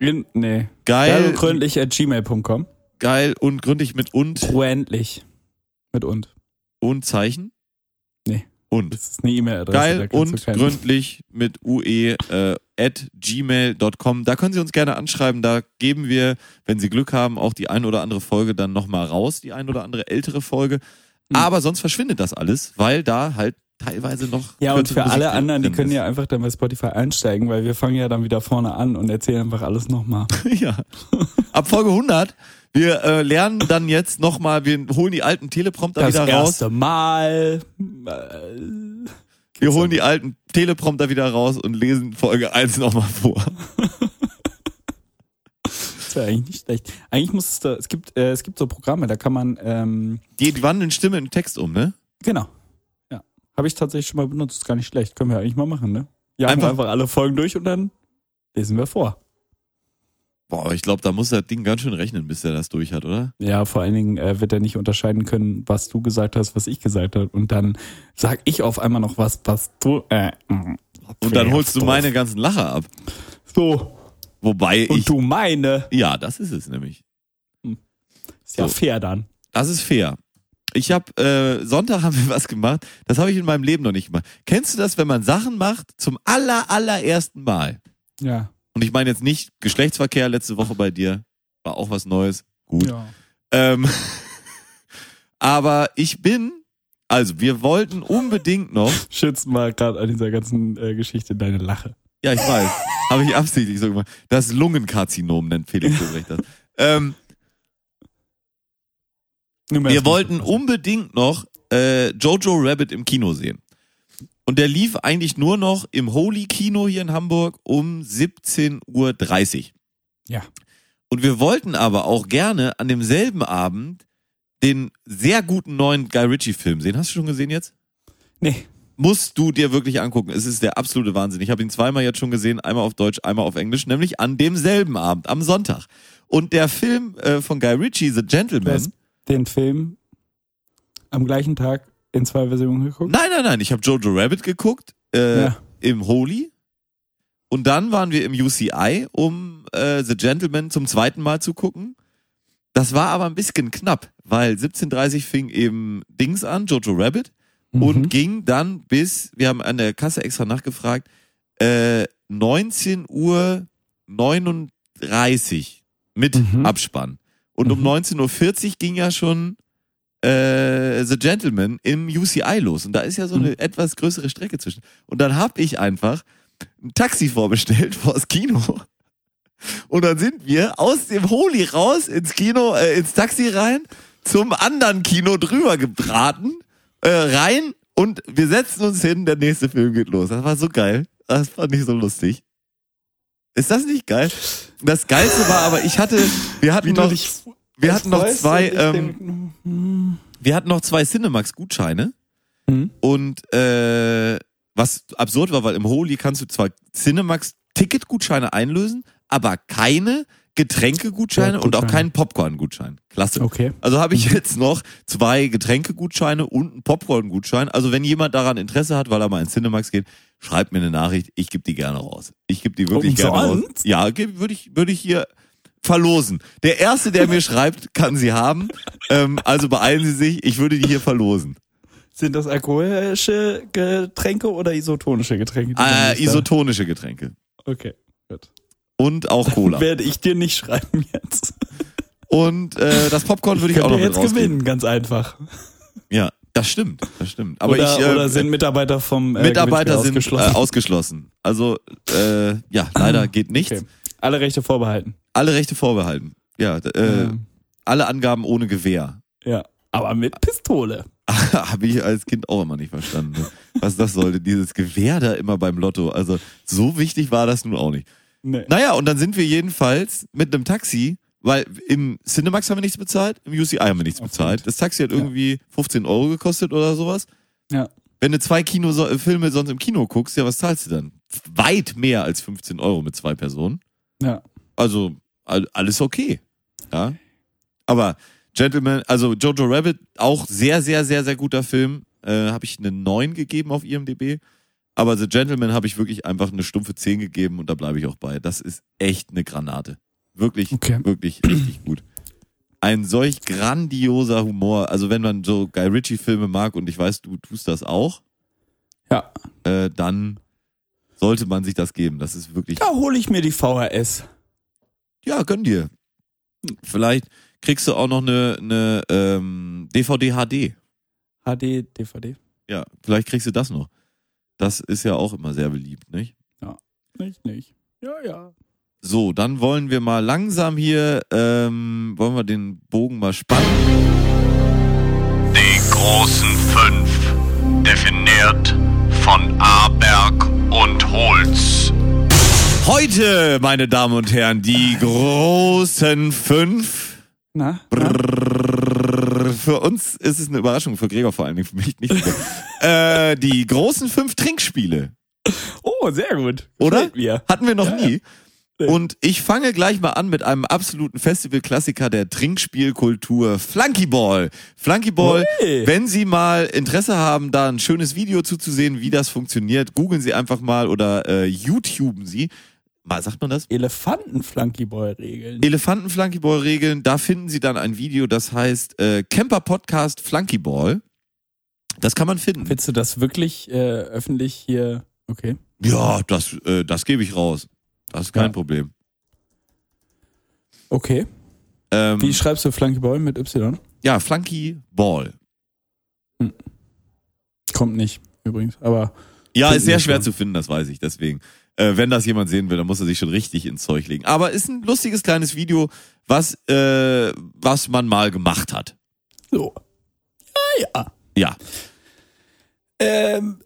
In, nee.
Geil,
Gründlich at gmail.com.
geil und gründlich mit und
Gründlich. Mit und.
und Zeichen?
Nee.
Und.
Das ist eine E-Mail-Adresse. da
Geil
kannst du
und
keinen-
gründlich mit ue äh, at gmail.com. Da können Sie uns gerne anschreiben. Da geben wir, wenn Sie Glück haben, auch die ein oder andere Folge dann nochmal raus, die ein oder andere ältere Folge.
Hm.
Aber sonst verschwindet das alles, weil da halt teilweise noch.
Ja, und
kürzere
für
Musik
alle anderen, die
drin
können
ist.
ja einfach dann bei Spotify einsteigen, weil wir fangen ja dann wieder vorne an und erzählen einfach alles *laughs* nochmal.
*laughs* Ja. Ab Folge 100. Wir äh, lernen dann jetzt nochmal, wir holen die alten Teleprompter
Das
wieder raus.
erste Mal. Äh,
Wir holen die alten Teleprompter wieder raus und lesen Folge *laughs* 1 nochmal vor.
Das wäre eigentlich nicht schlecht. Eigentlich muss es da, es gibt, äh, es gibt so Programme, da kann man, ähm,
Die, die wandeln Stimme in Text um, ne?
genau. Ja. Habe ich tatsächlich schon mal benutzt, ist gar nicht schlecht. Können wir eigentlich mal machen, ne? Ja,
Einfach-
einfach, einfach alle Folgen durch und dann lesen wir vor.
Boah, ich glaube, da muss das Ding ganz schön rechnen, bis er das durch hat, oder?
Ja, vor allen Dingen äh, wird er nicht unterscheiden können, was du gesagt hast, was ich gesagt habe. Und dann sag ich auf einmal noch was, was du. Äh, mm.
Und dann
Ja,
holst du
doof.
meine ganzen Lacher ab.
So,
Wobei
und
ich.
du meine.
Ja, das ist es nämlich.
Ist ja
So.
fair dann.
Das ist fair. Ich habe äh, Sonntag haben wir *laughs* was gemacht. Das habe ich in meinem Leben noch nicht gemacht. Kennst du das, wenn man Sachen macht zum aller allerersten Mal?
Ja.
Und ich meine jetzt nicht Geschlechtsverkehr letzte Woche bei dir war auch was Neues. Gut.
ja.
Ähm, *laughs* aber ich bin, also wir wollten unbedingt noch
Schützt mal gerade an dieser ganzen äh, Geschichte deine Lache.
Ja, ich weiß. Habe ich absichtlich so gemacht. Das Lungenkarzinom nennt Felix Lobrecht das. Ähm, wir wollten um- unbedingt noch äh, Jojo Rabbit im Kino sehen. Und der lief eigentlich nur noch im Holy Kino hier in Hamburg um 17.30 Uhr.
Ja.
Und wir wollten aber auch gerne an demselben Abend den sehr guten neuen Guy Ritchie-Film sehen. Hast du schon gesehen jetzt?
Nee.
musst du dir wirklich angucken. Es ist der absolute Wahnsinn. Ich habe ihn zweimal jetzt schon gesehen, einmal auf Deutsch, einmal auf Englisch, nämlich an demselben Abend, am Sonntag. Und der Film äh, von Guy Ritchie, The
Du
Gentleman.
hast den Film am gleichen Tag in zwei Versionen geguckt?
Nein, nein, nein. Ich habe Jojo Rabbit geguckt äh,
Ja.
im Holy. Und dann waren wir im UCI, um äh, The Gentleman zum zweiten Mal zu gucken. Das war aber ein bisschen knapp, weil 17.30 fing eben Dings an, Jojo Rabbit.
Mhm.
und ging dann bis, wir haben an der Kasse extra nachgefragt, äh, 19 Uhr 39 mit
Mhm.
Abspann. Und um
Mhm.
19.40 Uhr ging ja schon äh, The Gentleman im UCI los. Und da ist ja so
Mhm.
eine etwas größere Strecke zwischen. Und dann hab ich einfach ein Taxi vorbestellt vors Kino. Und dann sind wir aus dem Holy raus ins Kino, äh, ins Taxi rein, zum anderen Kino drüber gebraten, äh, rein und wir setzen uns hin, der nächste Film geht los. Das war so geil. Das fand ich so lustig. Ist das nicht geil? Das Geilste war aber, ich hatte, wir hatten noch, wir hatten noch zwei, ähm,
ähm,
wir hatten noch zwei Cinemax-Gutscheine.
Mhm.
Und äh, was absurd war, weil im Holi kannst du zwar Cinemax-Ticketgutscheine einlösen, aber keine Getränkegutscheine und auch
Gutscheine.
keinen Popcorn-Gutschein. Klasse.
Okay.
Also habe
Mhm.
ich jetzt noch zwei Getränkegutscheine und einen Popcorn-Gutschein. Also wenn jemand daran Interesse hat, weil er mal ins Cinemax geht, schreibt mir eine Nachricht. Ich gebe die gerne raus. Ich gebe
Um
die wirklich gerne raus.
Umsonst?
Ja, geb- würde ich, würde ich hier verlosen. Der Erste, der mir schreibt, kann sie haben. Ähm, also beeilen Sie sich. Ich würde die hier verlosen.
Sind das alkoholische Getränke oder isotonische Getränke? die dann
Äh,
nicht da-
isotonische Getränke.
Okay, gut.
Und auch Cola.
Werde ich dir nicht schreiben jetzt.
Und äh, das Popcorn würde ich, auch
Könnt
noch
ihr
mit
jetzt
rausgeben.
gewinnen, ganz einfach.
Ja, das stimmt. Das stimmt. Aber
oder,
ich, äh,
oder sind Mitarbeiter vom äh,
Mitarbeiter
Gewinnspiel
sind
ausgeschlossen? Ah,
Äh, ausgeschlossen. Also äh, ja, leider geht nichts.
Okay. Alle Rechte vorbehalten.
Alle Rechte vorbehalten. Ja, d- äh,
Ähm,
alle Angaben ohne Gewehr. *laughs*
ja. Aber mit Pistole.
Habe ich als Kind auch immer nicht verstanden. ne? Was das sollte, dieses Gewehr da immer beim Lotto. Also so wichtig war das nun auch nicht.
Nee.
Naja, und dann sind wir jedenfalls mit einem Taxi, weil im Cinemax haben wir nichts bezahlt, im UCI haben wir nichts
Auf
bezahlt.
Grund.
Das Taxi hat irgendwie 15 Euro gekostet oder sowas.
Ja.
Wenn du zwei Kino äh, Filme sonst im Kino guckst, ja, was zahlst du dann? Weit mehr als 15 Euro mit zwei Personen.
Ja.
Also all- alles okay. Ja. Aber Gentleman, also Jojo Rabbit, auch sehr, sehr, sehr, sehr guter Film. Äh, Habe ich eine 9 gegeben auf IMDb. Aber The Gentleman habe ich wirklich einfach eine stumpfe 10 gegeben und da bleibe ich auch bei. Das ist echt eine Granate. Wirklich,
Okay.
wirklich richtig gut. Ein solch grandioser Humor. Also wenn man so Guy Ritchie-Filme mag und ich weiß, du tust das auch,
Ja.
äh, dann sollte man sich das geben. Das ist wirklich
Da hole ich mir die VHS.
ja, gönn dir. Vielleicht kriegst du auch noch eine, eine ähm, DVD HD.
HD, DVD.
Ja, vielleicht kriegst du das noch. Das ist ja auch immer sehr beliebt, nicht?
Nicht, nicht. Ja, ja.
So, dann wollen wir mal langsam hier, ähm, wollen wir den Bogen mal spannen.
Die großen fünf, definiert von Aberg und Holz.
Heute, meine Damen und Herren, die großen fünf.
Na?
Brrr, Für uns ist es eine Überraschung, für Gregor vor allen Dingen, für mich nicht. *laughs* äh, die großen fünf Trinkspiele.
Oh, sehr gut.
Oder?
Gefällt Mir.
Hatten wir noch
Ja,
nie.
Nee.
Und ich fange gleich mal an mit einem absoluten Festivalklassiker der Trinkspielkultur, Flunkyball. Flunkyball,
Ui.
wenn Sie mal Interesse haben, da ein schönes Video zuzusehen, wie das funktioniert, googeln Sie einfach mal oder äh, YouTuben Sie. Mal sagt man das?
Elefanten-Flunkyboy-Regeln.
Elefanten Flunkyball Regeln, da finden Sie dann ein Video, das heißt äh, Camper Podcast Flunkyball. Das kann man finden.
Willst du das wirklich äh, öffentlich hier? Okay.
Ja, das äh, das gebe ich raus. Das ist kein
Ja.
Problem.
Okay.
Ähm,
Wie schreibst du Flunkyboy mit Y?
ja, Flunkyball.
Kommt nicht, übrigens. Aber
Ja,
Finden
ist sehr
wir
schwer
schon.
zu finden, das weiß ich. Deswegen, äh, wenn das jemand sehen will, dann muss er sich schon richtig ins Zeug legen. Aber ist ein lustiges kleines Video, was, äh, was man mal gemacht hat.
so. Ja, ja.
Ja.
Ähm,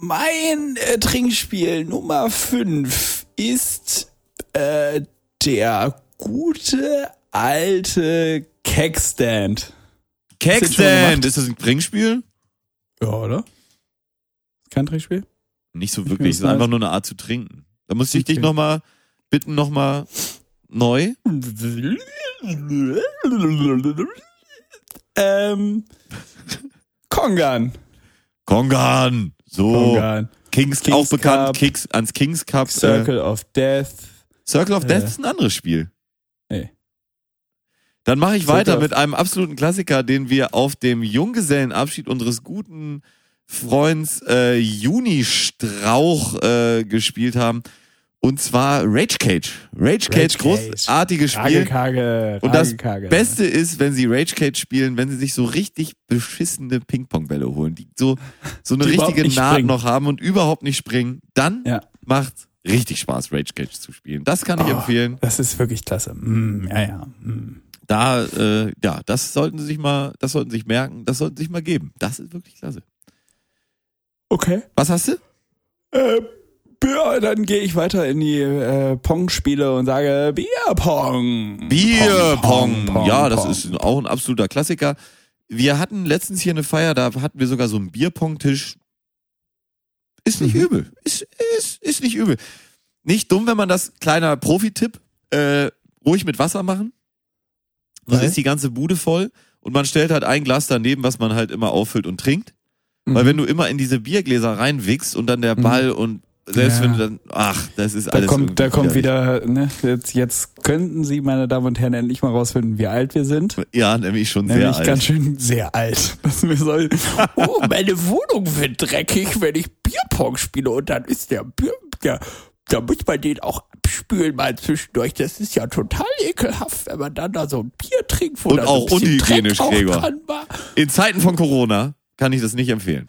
mein äh, Trinkspiel Nummer 5 ist äh, der gute alte Kegstand. Ist schon
Kegstand,
gemacht.
ist das ein Trinkspiel?
Ja, oder? Ist kein Trinkspiel?
Nicht so
Ich
wirklich,
find's
es ist
nice.
einfach nur eine Art zu trinken. Da muss ich dich
Okay.
nochmal bitten, nochmal neu.
ähm, Kongan.
Kongan, so.
Kongan.
Kings,
Kings
auch bekannt,
Cup.
Kicks, ans Kings Cup. Äh,
Circle of Death.
Circle of Death
Äh.
ist ein anderes Spiel.
Nee.
Dann mache ich
Circle
weiter
of-
mit einem absoluten Klassiker, den wir auf dem Junggesellenabschied unseres guten Freunds äh, Juni Strauch äh, gespielt haben. Und zwar Rage Cage.
Rage
Rage Cage,
Cage. genau.
großartiges Spiel.
Hagelkage.
Und das
Hagelkage.
Beste ist, wenn sie Rage Cage spielen, wenn sie sich so richtig beschissene Ping-Pong-Bälle holen, die so, so eine
Die überhaupt
richtige
nicht
Naht
springen.
noch haben und überhaupt nicht springen, dann
Ja.
macht's richtig Spaß, Rage Cage zu spielen. Das kann ich
Oh.
empfehlen.
Das ist wirklich klasse. Mm, ja, ja. Mm.
Da, äh, ja, das sollten sie sich mal, das sollten sie sich merken, das sollten sie sich mal geben. Das ist wirklich klasse.
Okay.
Was hast du?
Äh, ja, dann gehe ich weiter in die äh, Pong-Spiele und sage Bierpong.
Bierpong.
Pong, Pong,
Ja, das
Pong.
ist auch ein absoluter Klassiker. Wir hatten letztens hier eine Feier, da hatten wir sogar so einen Bierpong-Tisch. Ist
Mhm.
nicht übel. Ist, ist, ist nicht übel. Nicht dumm, wenn man das, kleiner Profi-Tipp, äh, ruhig mit Wasser machen. Dann
Weil?
ist die ganze Bude voll und man stellt halt ein Glas daneben, was man halt immer auffüllt und trinkt.
Mhm.
Weil wenn du immer in diese Biergläser reinwickst und dann der
Mhm.
Ball und selbst
Ja.
wenn du dann, ach, das ist
Da
alles.
kommt, da
irgendwie
kommt
widerlich.
wieder, ne, jetzt, jetzt könnten Sie, meine Damen und Herren, endlich mal rausfinden, wie alt wir sind.
Ja, nämlich schon sehr
Nämlich
alt.
ganz schön sehr alt. Dass wir so, oh, meine Wohnung wird dreckig, wenn ich Bierpong spiele und dann ist der Bier, der, da muss man den auch abspülen mal zwischendurch. Das ist ja total ekelhaft, wenn man dann da so ein Bier trinkt, wo
Und
da
auch
so ein bisschen
unhygienisch,
Dreck auch
Gregor.
dran war.
In Zeiten von Corona kann ich das nicht empfehlen.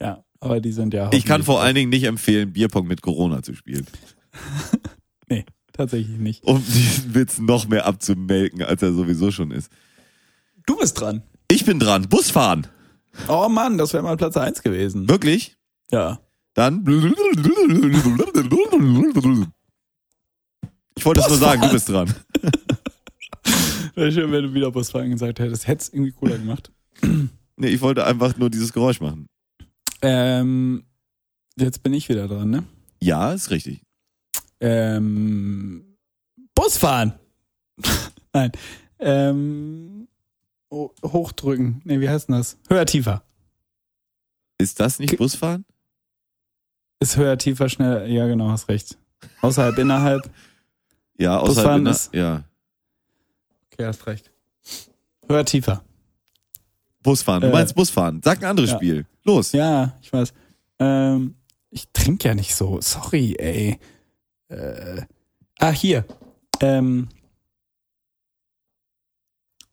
Ja, aber die sind ja
Ich kann vor allen Dingen nicht empfehlen, Bierpong mit Corona zu spielen.
Nee, tatsächlich nicht.
Um diesen Witz noch mehr abzumelken, als er sowieso schon ist.
Du bist dran.
Ich bin dran. Busfahren.
Oh Mann, das wäre mal Platz eins gewesen.
Wirklich?
Ja.
Dann. Ich wollte es nur sagen, du bist dran.
Wäre schön, wenn du wieder Busfahren gesagt hättest. Hättest irgendwie cooler *laughs* gemacht.
Nee, ich wollte einfach nur dieses Geräusch machen.
Ähm, jetzt bin ich wieder dran, ne?
Ja, ist richtig.
Ähm, Busfahren. *laughs* Nein. Ähm, ho- hochdrücken. Nee, wie heißt denn das? Höher, tiefer.
Ist das nicht
Ge-
Busfahren?
Ist höher, tiefer, schneller. Ja, genau, hast recht. Außerhalb, innerhalb.
Ja, außerhalb
Busfahren
inner,
ist-
ja.
Okay, hast recht. Höher, tiefer.
Busfahren. Du
Äh,
meinst Busfahren. Sag ein anderes
ja.
Spiel. Los.
Ja, ich weiß. Ähm, ich trinke ja nicht so. Sorry, ey. Äh, ah, hier. Ähm,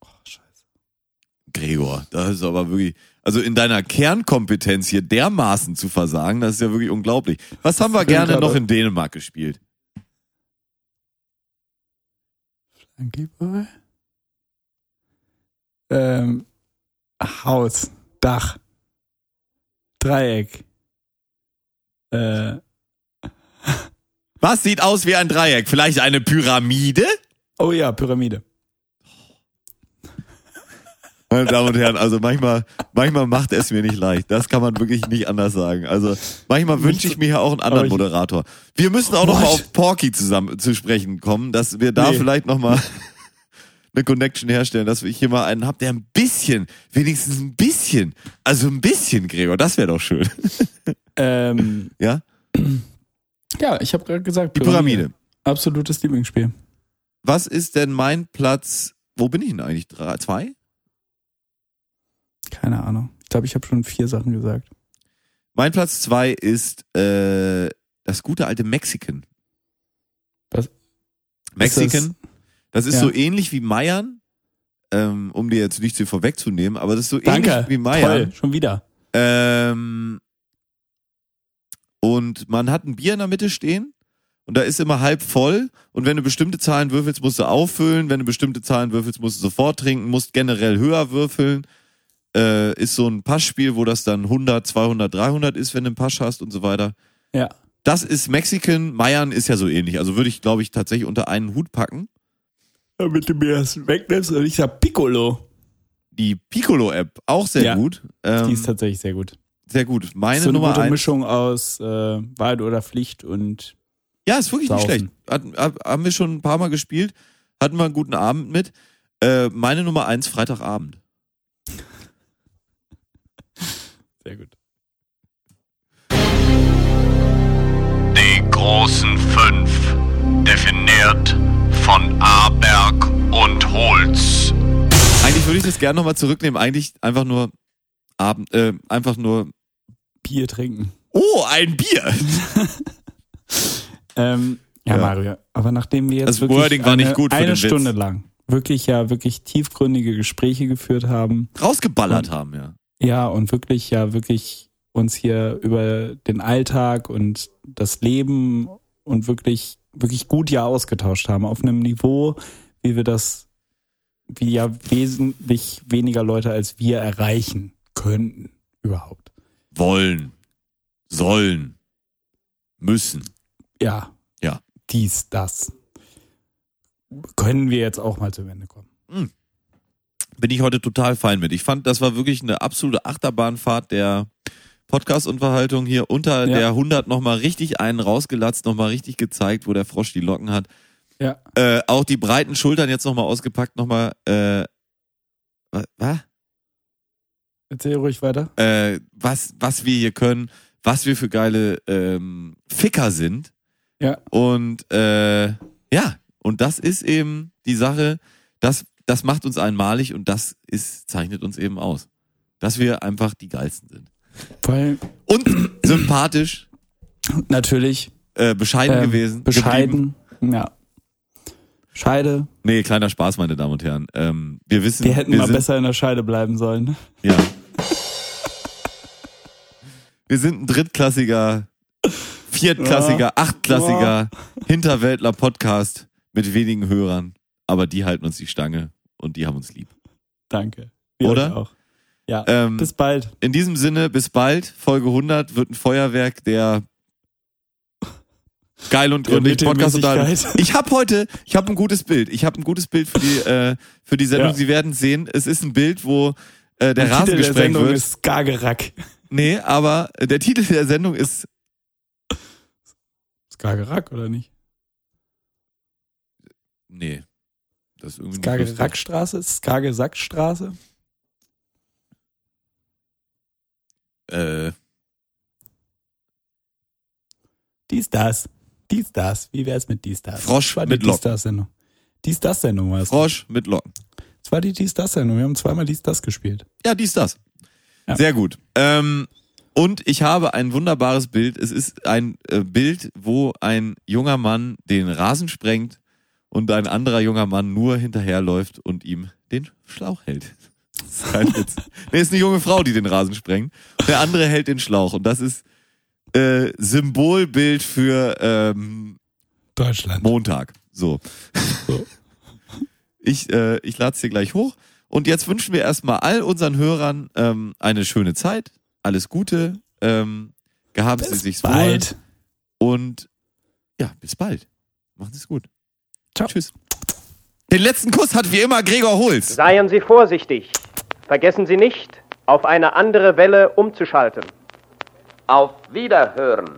oh, scheiße.
Gregor, das ist aber wirklich, also in deiner Kernkompetenz hier dermaßen zu versagen, das ist ja wirklich unglaublich. Was haben wir
Ich bin
gerne
gerade-
noch in Dänemark gespielt?
Angeblich. Ähm, Haus, Dach, Dreieck. Äh,
Was sieht aus wie ein Dreieck? Vielleicht eine Pyramide?
oh ja, Pyramide.
Meine Damen und Herren, also manchmal, manchmal macht es mir nicht leicht. Das kann man wirklich nicht anders sagen. Also manchmal wünsche ich mir ja auch einen anderen
Aber ich-
Moderator. Wir müssen auch noch mal
What?
auf Porky zusammen zu sprechen kommen, dass wir da
Nee.
vielleicht noch mal *laughs* eine Connection herstellen, dass ich hier mal einen hab, der ein bisschen, wenigstens ein bisschen, also ein bisschen, Gregor, das wäre doch schön.
Ähm,
Ja?
ja, ich habe gerade gesagt,
Die Pyramide.
Absolutes Lieblingsspiel.
Was ist denn mein Platz? Wo bin ich denn eigentlich? Drei, zwei?
Keine Ahnung. Ich glaube, ich habe schon vier Sachen gesagt.
Mein Platz zwei ist äh, das gute alte Mexican.
Was?
Mexican. Das ist
Ja.
so ähnlich wie Meiern, ähm, um dir jetzt nicht zu vorwegzunehmen, aber das ist so
Danke.
ähnlich wie
Toll,
Meiern.
schon wieder.
Ähm, und man hat ein Bier in der Mitte stehen und da ist immer halb voll und wenn du bestimmte Zahlen würfelst, musst du auffüllen, wenn du bestimmte Zahlen würfelst, musst du sofort trinken, musst generell höher würfeln. Äh, ist so ein Passspiel, wo das dann 100, 200, 300 ist, wenn du einen Pasch hast und so weiter.
Ja.
Das ist Mexican, Mayan ist ja so ähnlich. Also würde ich, glaube ich, tatsächlich unter einen Hut packen.
Damit du mir das wegnimmst und ich sag Piccolo.
Die Piccolo-App, auch sehr
Ja,
gut. Ähm,
Die ist tatsächlich sehr gut.
sehr gut. Meine
so eine
Nummer
gute
eins.
Mischung aus äh, Wahrheit oder Pflicht und
Ja, ist wirklich nicht schlecht.
Saufen.
Hat, hab, haben wir schon ein paar Mal gespielt, hatten wir einen guten Abend mit. Äh, meine Nummer eins, Freitagabend.
sehr gut.
Die großen fünf, definiert von Aberg und Holz.
Eigentlich würde ich das gerne nochmal zurücknehmen. Eigentlich einfach nur Abend, äh, einfach nur.
Bier trinken.
Oh, ein Bier! *laughs*
Ähm, ja,
Ja.
Mario, aber nachdem wir jetzt
Das
wirklich
Wording war
eine,
nicht gut für
eine
den Witz.
Stunde lang wirklich ja wirklich tiefgründige Gespräche geführt haben,
Rausgeballert haben, ja.
ja und wirklich ja wirklich uns hier über den Alltag und das Leben und wirklich wirklich gut ja ausgetauscht haben auf einem Niveau, wie wir das wie ja wesentlich weniger Leute als wir erreichen könnten überhaupt.
Wollen, sollen, müssen.
Ja.
Ja.
Dies, das. Können wir jetzt auch mal zum Ende kommen.
Bin ich heute total fein mit. Ich fand, das war wirklich eine absolute Achterbahnfahrt der Podcast-Unterhaltung hier unter
Ja.
der 100 nochmal richtig einen rausgelatzt, nochmal richtig gezeigt, wo der Frosch die Locken hat.
Ja.
Äh, auch die breiten Schultern jetzt nochmal ausgepackt, nochmal, äh, wa- wa?
Erzähl ruhig weiter.
äh, was, was wir hier können, was wir für geile ähm, Ficker sind.
Ja.
Und äh, ja, und das ist eben die Sache, das, das macht uns einmalig und das ist, zeichnet uns eben aus. Dass wir einfach die geilsten sind.
Weil *clears throat*
Und sympathisch,
natürlich
äh, bescheiden
ähm,
gewesen. Geblieben.
bescheiden. Ja. Scheide.
Nee, kleiner Spaß, meine Damen und Herren. Ähm, wir wissen,
Wir hätten
wir
mal
sind,
besser in der Scheide bleiben sollen.
Ja. Wir sind ein drittklassiger, viertklassiger, achtklassiger Hinterwäldler-Podcast mit wenigen Hörern. Aber die halten uns die Stange und die haben uns lieb.
Danke.
Oder?
euch Auch. Ja.
Ähm,
Bis bald.
in diesem Sinne, bis bald. Folge 100 wird ein Feuerwerk der geil und
Der
gründlich Podcast
Mittelmäßigkeit. *laughs*
unterhalten. Ich habe heute, ich habe ein gutes Bild. Ich habe ein gutes Bild für die, äh, für die Sendung.
Ja.
Sie werden sehen, es ist ein Bild, wo äh, der,
Titel
Rasen
der
gesprengt
Sendung
wird.
ist Skagerrak.
Nee, aber der Titel der Sendung ist
Skagerrak oder nicht?
Nee. Das ist irgendwie nicht lustig.
Skagerrakstraße? Skagesackstraße?
Äh,
Dies, das. Dies, das. Wie wär's mit dies, das?
Frosch
Das war
mit
die Dies,
Locken.
das Sendung. Dies, das Sendung war es.
Frosch mit Locken.
Es war die Dies, das Sendung. Wir haben zweimal Dies, das gespielt.
Ja, dies, das.
Ja.
Sehr gut. Ähm, und ich habe ein wunderbares Bild. Es ist ein äh, Bild, wo ein junger Mann den Rasen sprengt und ein anderer junger Mann nur hinterherläuft und ihm den Schlauch hält. Das ist halt jetzt, nee, ist eine junge Frau, die den Rasen sprengt. Und der andere hält den Schlauch. Und das ist äh, Symbolbild für ähm,
Deutschland.
Montag.
*laughs*
So.
So.
Ich, äh, ich lade es dir gleich hoch. Und jetzt wünschen wir erstmal all unseren Hörern ähm, eine schöne Zeit, alles Gute, ähm, gehabt sie sich's
bald.
wohl und ja, bis bald. Macht es gut.
Ciao.
Tschüss. Den letzten Kuss hat wie immer Gregor Holz.
Seien Sie vorsichtig. Vergessen Sie nicht, auf eine andere Welle umzuschalten.
Auf Wiederhören.